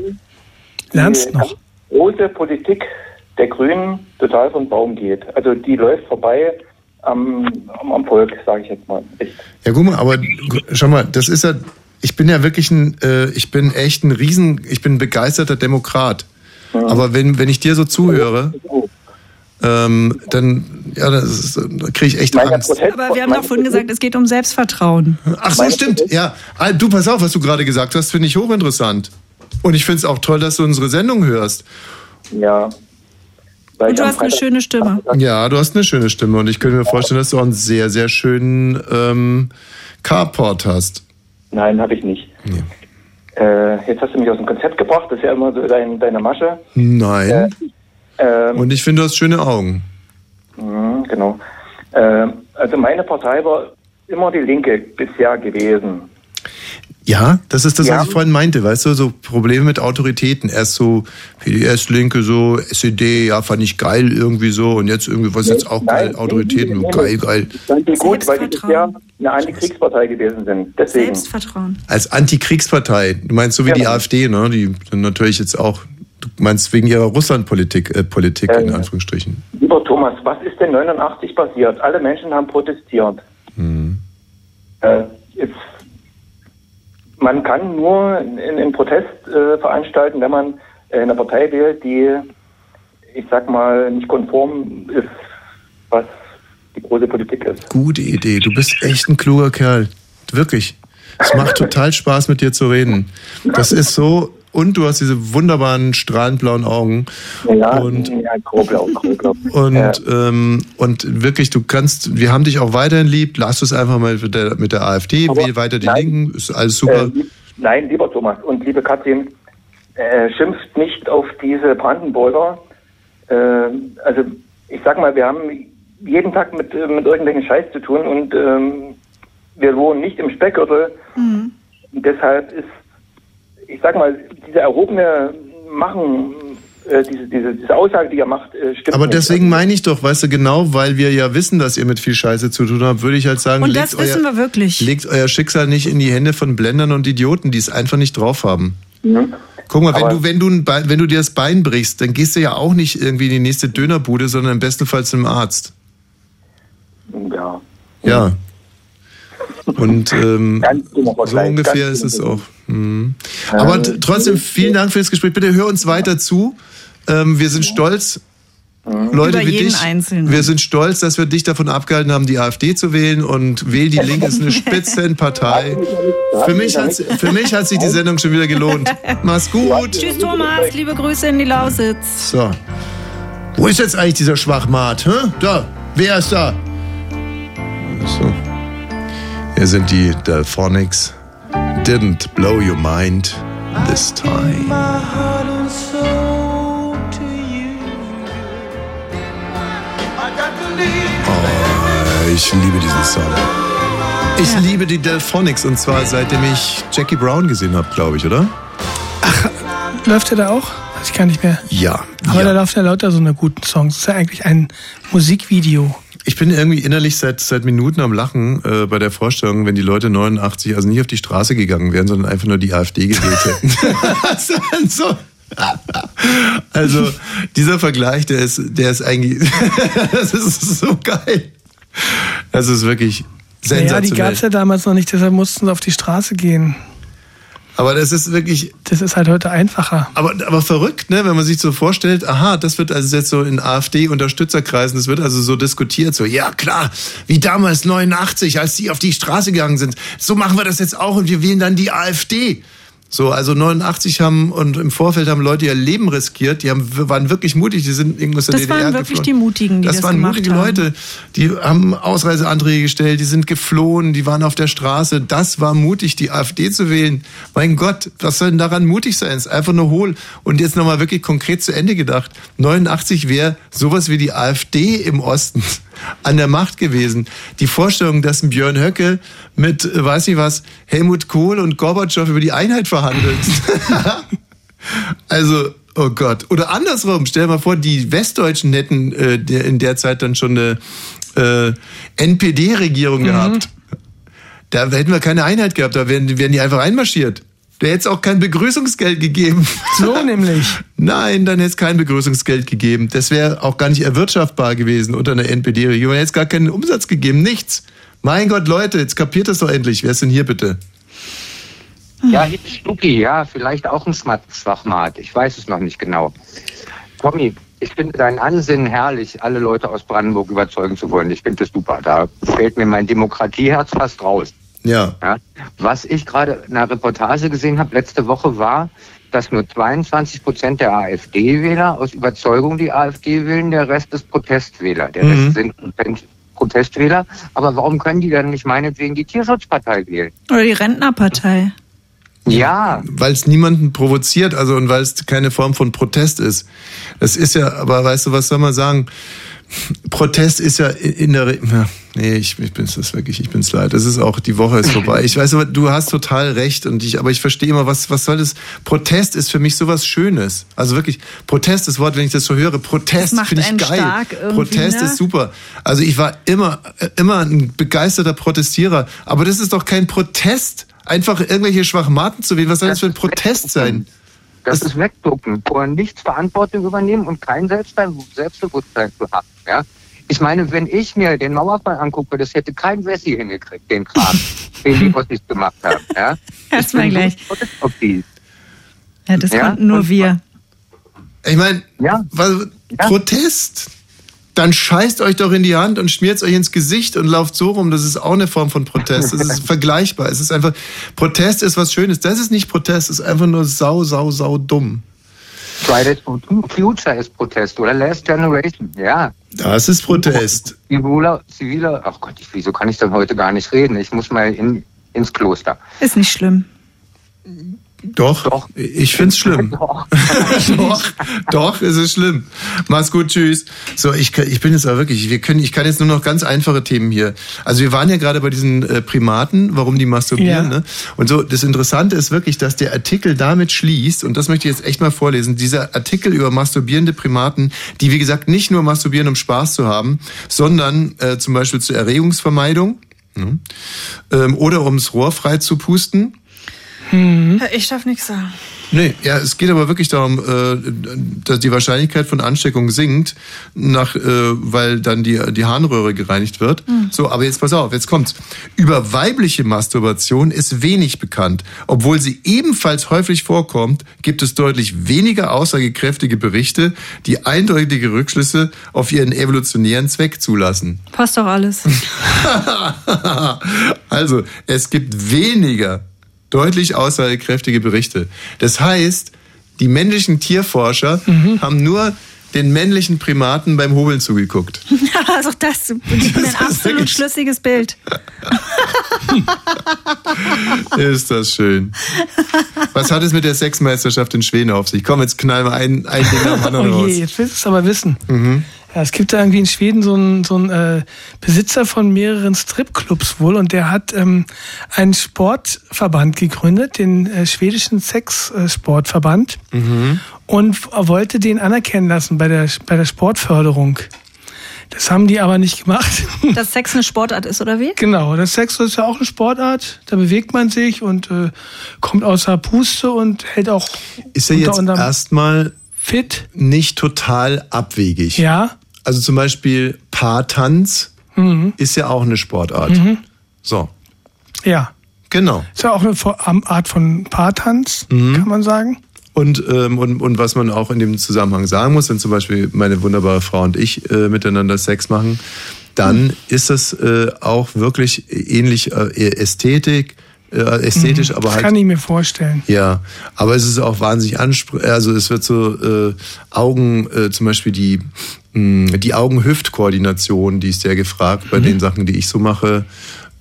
S8: Lernst
S15: die
S8: noch.
S15: große Politik der Grünen total vom Baum geht. Also die läuft vorbei am, am, am Volk, sage ich jetzt mal. Ich,
S6: Ja, guck mal, aber gu- schau mal, das ist ja, ich bin ja wirklich ein, äh, ich bin echt ein Riesen, ich bin ein begeisterter Demokrat. Aber wenn, wenn ich dir so zuhöre, ähm, dann, ja, das ist- da kriege ich echt Angst.
S7: Aber wir haben doch vorhin gesagt, es geht um Selbstvertrauen.
S6: Ach so, stimmt, ja. Ah, Du, pass auf, was du gerade gesagt hast, finde ich hochinteressant. Und ich finde es auch toll, dass du unsere Sendung hörst.
S15: Ja.
S7: Und du hast eine schöne Stimme.
S6: Ja, du hast eine schöne Stimme und ich könnte mir vorstellen, dass du auch einen sehr, sehr schönen ähm, Carport hast.
S15: nein, habe ich nicht. Äh, jetzt hast du mich aus dem Konzept gebracht, das ist ja immer so dein, deine Masche.
S6: Nein.
S15: Ähm,
S6: Und ich finde, du hast schöne Augen.
S15: Mhm, genau. Ähm, also meine Partei war immer die Linke bisher gewesen.
S6: Ja, das ist das,
S15: Ja.
S6: was ich vorhin meinte, weißt du, so Probleme mit Autoritäten. Erst so PDS, Linke, so SED, ja, fand ich geil irgendwie so und jetzt irgendwie, was ist jetzt auch geil, Autoritäten, geil, geil.
S15: Ich fand die gut, weil die bisher eine Antikriegspartei gewesen sind. Deswegen. Selbstvertrauen.
S6: Als Antikriegspartei, du meinst so wie die AfD, ne, die dann natürlich jetzt auch, du meinst wegen ihrer Russlandpolitik, äh, Politik in Anführungsstrichen.
S15: Lieber Thomas, was ist denn 89 passiert? Alle Menschen haben protestiert. Äh, jetzt, man kann nur einen Protest äh, veranstalten, wenn man äh, eine Partei wählt, die, ich sag mal, nicht konform ist, was die große Politik ist.
S6: Gute Idee, du bist echt ein kluger Kerl, wirklich. Es macht total Spaß, mit dir zu reden. Das ist so, und du hast diese wunderbaren, strahlend blauen Augen.
S15: Ja,
S6: und
S15: ja groblau, groblau.
S6: Und, ähm, und wirklich, du kannst, wir haben dich auch weiterhin lieb, lass es einfach mal mit der, mit der AfD, wähl weiter die Linken, ist alles super.
S15: Äh, nein, lieber Thomas und liebe Katrin, äh, schimpft nicht auf diese Brandenburger. Äh, also ich sag mal, wir haben jeden Tag mit, äh, mit irgendwelchen Scheiß zu tun und ähm, wir wohnen nicht im Speckgürtel.
S4: Mhm.
S15: Deshalb ist, ich sag mal, diese erhobene Machen, äh, diese, diese, diese Aussage, die er macht, äh, stimmt
S6: aber
S15: nicht.
S6: deswegen meine ich doch, weißt du, genau, weil wir ja wissen, dass ihr mit viel Scheiße zu tun habt, würde ich halt sagen,
S7: Und
S6: legt,
S7: das wissen
S6: euer,
S7: wir wirklich.
S6: legt euer Schicksal nicht in die Hände von Blendern und Idioten, die es einfach nicht drauf haben. Guck mal, wenn
S15: Mhm. Aber-
S6: du, wenn, du ein Bein, wenn du dir das Bein brichst, dann gehst du ja auch nicht irgendwie in die nächste Dönerbude, sondern im besten Fall zu einem Arzt.
S15: Ja.
S6: Ja. Und ähm,
S15: so
S6: ungefähr ist es auch. Mhm. Aber t- trotzdem, vielen Dank für das Gespräch. Bitte hör uns weiter zu. Ähm, wir sind stolz. Leute
S7: Über
S6: wie
S7: jeden
S6: dich.
S7: Einzelnen.
S6: Wir sind stolz, dass wir dich davon abgehalten haben, die AfD zu wählen. Und Wähl die Linke ist eine Spitzenpartei. Für mich, hat's, für mich hat sich die Sendung schon wieder gelohnt. Mach's gut.
S7: Tschüss, Thomas. Liebe Grüße in die Lausitz.
S6: So. Wo ist jetzt eigentlich dieser Schwachmat? Hä? Da. Wer ist da? So. Hier sind die Delphonics. Didn't blow your mind this time.
S4: My heart and soul to you. I got to leave.
S6: Oh, ich liebe diesen Song. Ich liebe die Delphonics und zwar seitdem ich Jackie Brown gesehen habe, glaube ich, oder?
S8: Läuft er da auch? Weiß ich gar nicht mehr.
S6: Ja.
S8: Aber da läuft ja lauter so eine guten Songs. Das ist ja eigentlich ein Musikvideo.
S6: Ich bin irgendwie innerlich seit, seit Minuten am Lachen äh, bei der Vorstellung, wenn die Leute 89 also nicht auf die Straße gegangen wären, sondern einfach nur die AfD gewählt hätten. so. Also dieser Vergleich, der ist, der ist eigentlich, das ist so geil. Das ist wirklich
S8: Ja,
S6: sensationell.
S8: die gab es ja damals noch nicht, deshalb mussten sie auf die Straße gehen.
S6: Aber das ist wirklich.
S8: Das ist halt heute einfacher.
S6: Aber, aber verrückt, ne? wenn man sich so vorstellt, aha, das wird also jetzt so in AfD-Unterstützerkreisen, das wird also so diskutiert, so, ja klar, wie damals 89, als die auf die Straße gegangen sind, so machen wir das jetzt auch und wir wählen dann die AfD. So, also 89 haben und im Vorfeld haben Leute ihr Leben riskiert, die haben, waren wirklich mutig, die sind irgendwo aus der
S7: Das
S6: DDR
S7: waren wirklich
S6: geflohen.
S7: die Mutigen, die das,
S6: waren
S7: gemacht
S6: mutige
S7: haben.
S6: Leute, die haben Ausreiseanträge gestellt, die sind geflohen, die waren auf der Straße. Das war mutig, die AfD zu wählen. Mein Gott, was soll denn daran mutig sein? Ist einfach nur hohl. Und jetzt nochmal wirklich konkret zu Ende gedacht. 89 wäre sowas wie die AfD im Osten an der Macht gewesen. Die Vorstellung, dass ein Björn Höcke mit, äh, weiß ich was, Helmut Kohl und Gorbatschow über die Einheit verhandelt. also, Oh Gott. Oder andersrum, stell dir mal vor, die Westdeutschen hätten äh, der- in der Zeit dann schon eine äh, NPD-Regierung gehabt. Da hätten wir keine Einheit gehabt, da wären, wären die einfach einmarschiert. Da hätte es auch kein Begrüßungsgeld gegeben.
S8: So nämlich.
S6: Nein, dann hätte es kein Begrüßungsgeld gegeben. Das wäre auch gar nicht erwirtschaftbar gewesen unter einer NPD-Regierung. Da hätte es gar keinen Umsatz gegeben, nichts. Mein Gott, Leute, jetzt kapiert das doch endlich. Wer ist denn hier bitte?
S16: Ja, Hit Stucki, ja, vielleicht auch ein Schmat- Schwachmat. Ich weiß es noch nicht genau. Tommy, ich finde dein Ansinnen herrlich, alle Leute aus Brandenburg überzeugen zu wollen. Ich finde das super. Da fällt mir mein Demokratieherz fast raus.
S6: Ja.
S16: Ja. Was ich gerade in einer Reportage gesehen habe letzte Woche war, dass nur 22 Prozent der AfD-Wähler aus Überzeugung die AfD wählen, der Rest ist Protestwähler. Der
S6: Mhm.
S16: Rest sind Protest- Protestwähler. Aber warum können die dann nicht meinetwegen die Tierschutzpartei wählen?
S7: Oder die Rentnerpartei.
S16: Ja.
S6: Weil es niemanden provoziert, also und weil es keine Form von Protest ist. Das ist ja, aber weißt du, was soll man sagen? Protest ist ja in in der. Re ja, nee, ich, ich bin es wirklich, ich bin es leid. Es ist auch, die Woche ist vorbei. Ich weiß aber, du hast total recht und ich, aber ich verstehe immer, was, was soll das? Protest ist für mich sowas Schönes. Also wirklich, Protest, das Wort, wenn ich das so höre, Protest
S7: Das macht
S6: finde ich
S7: einen
S6: geil.
S7: stark irgendwie,
S6: Protest
S7: ne?
S6: ist super. Also ich war immer, äh, immer ein begeisterter Protestierer. Aber das ist doch kein Protest. Einfach irgendwelche Schwachmaten zu wählen. Was soll das für ein Protest sein?
S16: Das ist wegducken, vor nichts Verantwortung übernehmen und kein Selbstbe- Selbstbewusstsein zu haben. Ja? Ich meine, wenn ich mir den Mauerfall angucke, das hätte kein Wessi hingekriegt, den Kram, den die Ossis gemacht haben. Ja?
S7: Erstmal
S16: Ich bin
S7: gleich.
S16: so stolz Auf die.
S7: Ja, das
S16: Ja,
S7: konnten nur wir.
S6: Ich meine, Protest. Dann scheißt euch doch in die Hand und schmiert euch ins Gesicht und lauft so rum. Das ist auch eine Form von Protest. Das ist vergleichbar. Es ist einfach, Protest ist was Schönes. Das ist nicht Protest. Das ist einfach nur sau, sau, sau dumm.
S16: Fridays for Future ist Protest oder Last Generation, ja.
S6: Das ist Protest.
S16: Ziviler, ziviler, ach Gott, ich, wieso kann ich denn heute gar nicht reden? Ich muss mal in, ins Kloster.
S7: Ist nicht schlimm.
S6: Doch. Ich find's schlimm.
S16: Doch.
S6: doch. Doch, es ist schlimm. Mach's gut, tschüss. So, ich, kann- ich bin jetzt aber wirklich, wir können, ich kann jetzt nur noch ganz einfache Themen hier. Also wir waren ja gerade bei diesen äh, Primaten, warum die masturbieren.
S17: Ja.
S6: Ne? Und so, das Interessante ist wirklich, dass der Artikel damit schließt, und das möchte ich jetzt echt mal vorlesen, dieser Artikel über masturbierende Primaten, die wie gesagt nicht nur masturbieren, um Spaß zu haben, sondern äh, zum Beispiel zur Erregungsvermeidung ne? ähm, oder ums Rohr frei zu pusten. Hm?
S7: Ich darf nichts sagen.
S6: Nee, ja, es geht aber wirklich darum, äh, dass die Wahrscheinlichkeit von Ansteckung sinkt, nach, äh, weil dann die, die Harnröhre gereinigt wird.
S17: Mhm.
S6: So, aber jetzt pass auf, jetzt kommt's. Über weibliche Masturbation ist wenig bekannt. Obwohl sie ebenfalls häufig vorkommt, gibt es deutlich weniger aussagekräftige Berichte, die eindeutige Rückschlüsse auf ihren evolutionären Zweck zulassen.
S7: Passt doch alles.
S6: also, es gibt weniger deutlich aussagekräftige Berichte. Das heißt, die männlichen Tierforscher
S8: Mhm.
S6: haben nur den männlichen Primaten beim Hobeln zugeguckt.
S7: also das gibt mir ein absolut schlüssiges Bild.
S6: Ist das schön. Was hat es mit der Sexmeisterschaft in Schweden auf sich? Komm, jetzt knallen wir ein, ein Ding nach dem
S8: Oh
S6: anderen
S8: je,
S6: raus.
S8: jetzt willst du es aber wissen.
S6: Mhm.
S8: Ja, es gibt da irgendwie in Schweden so einen, so einen äh, Besitzer von mehreren Stripclubs wohl und der hat ähm, einen Sportverband gegründet, den äh, schwedischen Sexsportverband
S17: Mhm.
S8: und f- wollte den anerkennen lassen bei der, bei der Sportförderung. Das haben die aber nicht gemacht.
S7: Dass Sex eine Sportart ist, oder wie?
S8: Genau, das Sex ist ja auch eine Sportart. Da bewegt man sich und äh, kommt außer Puste und hält auch
S6: Ist ja
S8: unter
S6: jetzt
S8: unterm-
S6: erstmal
S8: fit
S6: nicht total abwegig.
S8: Ja.
S6: Also zum Beispiel Paartanz
S8: Mhm.
S6: ist ja auch eine Sportart.
S8: Mhm.
S6: So,
S8: Ja.
S6: genau.
S8: Ist ja auch eine Vor- am- Art von Paartanz,
S6: Mhm.
S8: kann man sagen.
S6: Und, ähm, und, und was man auch in dem Zusammenhang sagen muss, wenn zum Beispiel meine wunderbare Frau und ich äh, miteinander Sex machen, dann
S8: Mhm.
S6: ist das äh, auch wirklich ähnlich äh, Ästhetik, äh, ästhetisch,
S8: Mhm.
S6: aber
S8: das
S6: halt.
S8: kann ich mir vorstellen.
S6: Ja, aber es ist auch wahnsinnig ansprechend. Also es wird so äh, Augen, äh, zum Beispiel die, mh, die Augen-Hüft-Koordination, die ist sehr gefragt bei
S8: Mhm.
S6: den Sachen, die ich so mache.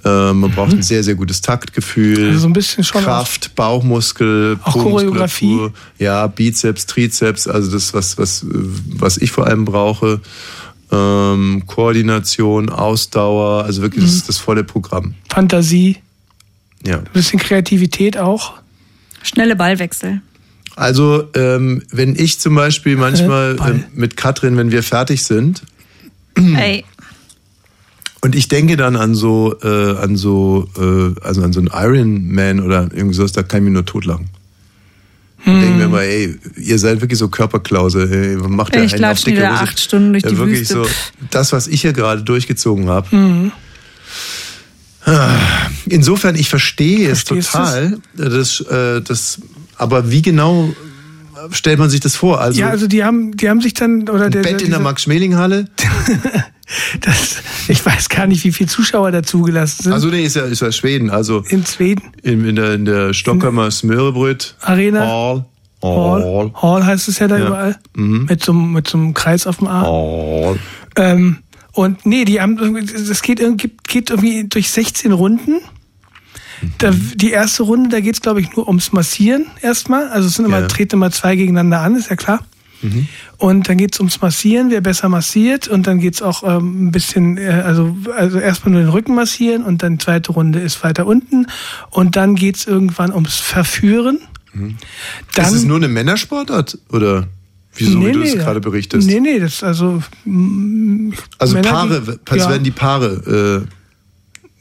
S6: Äh, man braucht ein sehr, sehr gutes Taktgefühl.
S8: Also so ein bisschen schon
S6: Kraft, Bauchmuskel,
S8: Auch
S6: Po-Muskulatur,
S8: Choreografie?
S6: Ja, Bizeps, Trizeps, also das, was, was, äh, was ich vor allem brauche. Ähm, Koordination, Ausdauer, also wirklich
S8: Mhm.
S6: das, das volle Programm.
S8: Fantasie,
S6: Ja.
S8: ein bisschen Kreativität auch.
S7: Schnelle Ballwechsel.
S6: Also, ähm, wenn ich zum
S7: Äh,
S6: Beispiel manchmal ähm, mit Katrin, wenn wir fertig sind, Hm.
S7: Ey,
S6: und ich denke dann an so, äh, an so, äh, also an so einen Iron Man oder irgend sowas, da kann ich mir nur totlachen. Hm. Denken wir mal, ey, ihr seid wirklich so Körperklause, ey, man macht ja
S7: ich
S6: einen auf
S7: latsche
S6: dicke
S7: wieder
S6: Hose.
S7: acht Stunden durch
S6: ja,
S7: die
S6: wirklich
S7: Wüste.
S6: so,
S7: Pff.
S6: das, was ich hier gerade durchgezogen habe.
S7: Mhm.
S6: Insofern, ich verstehe
S8: Verstehst
S6: es total, das, äh, das, aber wie genau stellt man sich das vor? Also,
S8: ja, also die haben, die haben sich dann oder der,
S6: Bett in der
S8: dieser-
S6: Max-Schmeling-Halle?
S8: das, ich weiß gar nicht, wie viele Zuschauer da zugelassen sind.
S6: Also nee, ist ja, ist ja Schweden. Also
S8: in Schweden.
S6: In, der, in der Stockholmer Smörebröt.
S8: Hm. Arena.
S6: Hall.
S8: Hall. Hall heißt es ja da
S6: Ja.
S8: überall.
S6: Mhm.
S8: Mit, so, einem- mit so einem Kreis auf dem Arm.
S6: Hall.
S8: Ähm, und nee, die haben, irgendwie- das geht, irgendwie- gibt- geht irgendwie durch 16 Runden. Da,
S6: Mhm.
S8: die erste Runde, da geht es, glaube ich, nur ums Massieren erstmal. Also es sind immer,
S17: Ja.
S8: treten immer zwei gegeneinander an, ist ja klar.
S6: Mhm.
S8: Und dann geht's ums Massieren, wer besser massiert. Und dann geht's auch ähm, ein bisschen, äh, also, also erstmal nur den Rücken massieren und dann zweite Runde ist weiter unten. Und dann geht's irgendwann ums Verführen. Dann-
S6: Mhm. ist es nur eine Männersportart? Oder wieso, wie du es gerade berichtest?
S8: Nee, nee, das also. mm,
S6: Also
S8: Männer,
S6: Paare,
S8: die,
S6: es
S8: ja,
S6: werden die Paare,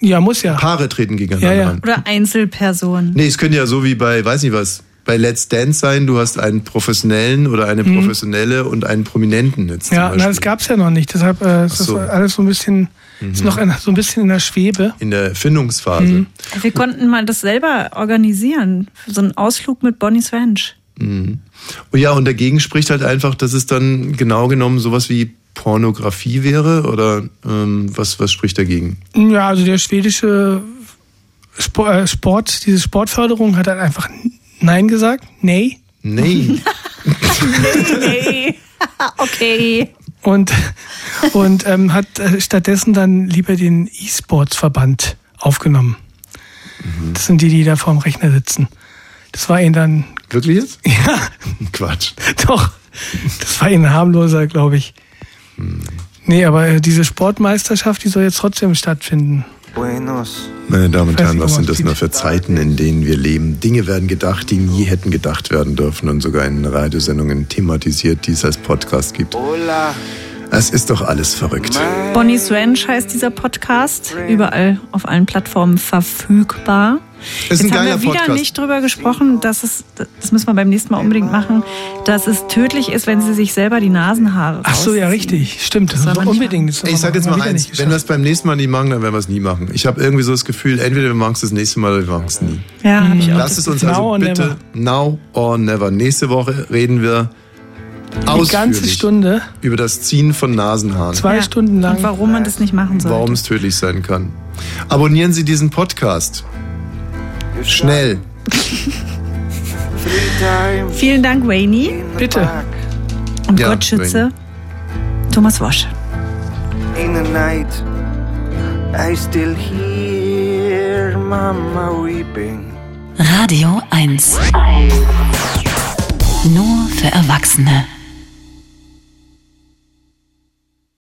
S8: ja, muss ja.
S6: äh, Paare treten
S8: ja,
S6: gegeneinander
S8: ja.
S6: an.
S7: Oder Einzelpersonen.
S6: Nee, es könnte ja so wie bei, weiß nicht was, bei Let's Dance sein, du hast einen professionellen oder eine
S8: Mhm.
S6: professionelle und einen prominenten jetzt.
S8: Ja,
S6: zum
S8: na,
S6: Beispiel.
S8: das gab's ja noch nicht. Deshalb äh, ist
S6: Ach so.
S8: das alles so ein bisschen, ist
S6: Mhm.
S8: noch in, so ein bisschen in der Schwebe.
S6: In der Erfindungsphase.
S8: Mhm.
S7: Wir konnten mal das selber organisieren. So einen Ausflug mit Bonnie's Ranch.
S6: Mhm. Und ja, und dagegen spricht halt einfach, dass es dann genau genommen sowas wie Pornografie wäre oder ähm, was, was spricht dagegen?
S8: Ja, also der schwedische Spo- äh, Sport, diese Sportförderung hat halt einfach Nein gesagt. Nee.
S6: Nee.
S7: Nee. okay.
S8: Und, und ähm, hat äh, stattdessen dann lieber den E-Sports-Verband aufgenommen.
S6: Mhm.
S8: Das sind die, die da vorm Rechner sitzen. Das war ihnen dann.
S6: Wirklich jetzt?
S8: Ja.
S6: Quatsch.
S8: Doch, das war ihnen harmloser, glaube ich. Nee, aber äh, diese Sportmeisterschaft, die soll jetzt trotzdem stattfinden.
S6: Meine Damen und
S8: Weiß
S6: Herren,
S8: ich, ob
S6: was
S8: man's
S6: sind das nur für Zeiten, in denen wir leben? Dinge werden gedacht, die nie hätten gedacht werden dürfen und sogar in Radiosendungen thematisiert, die es als Podcast gibt. Es ist doch alles verrückt.
S7: Bonnie's Ranch heißt dieser Podcast. Überall auf allen Plattformen verfügbar.
S6: Ist ein
S7: Jetzt haben
S6: geiler
S7: wir wieder
S6: Podcast.
S7: nicht drüber gesprochen, dass es, das müssen wir beim nächsten Mal unbedingt machen, dass es tödlich ist, wenn sie sich selber die Nasenhaare
S8: Ach so, ja, richtig. Stimmt, das,
S7: soll
S8: ist
S7: man nicht
S8: unbedingt. Das
S6: Ich sag jetzt mal
S8: wieder
S6: eins, wenn wir es beim nächsten Mal nicht machen, dann werden wir es nie machen. Ich habe irgendwie so das Gefühl, entweder wir machen es das nächste Mal oder wir machen es nie.
S7: Ja,
S8: Mhm.
S7: hab ich auch
S6: Lasst
S7: das
S6: es uns
S8: Genau,
S7: Gefühl.
S6: also
S7: Now or
S6: bitte now or never. Nächste Woche reden wir
S8: Die ganze
S6: ausführlich
S8: Stunde,
S6: über das Ziehen von Nasenhaaren.
S8: zwei Stunden lang. Und warum man das
S7: nicht machen
S8: soll.
S6: Warum es tödlich sein kann. Abonnieren Sie diesen Podcast. Schnell.
S7: Vielen Dank, Wayne.
S8: Bitte.
S7: Und
S6: Ja,
S7: Gott schütze Thomas Wosch.
S18: In the night, I still hear Mama weeping.
S1: Radio 1. Nur für Erwachsene.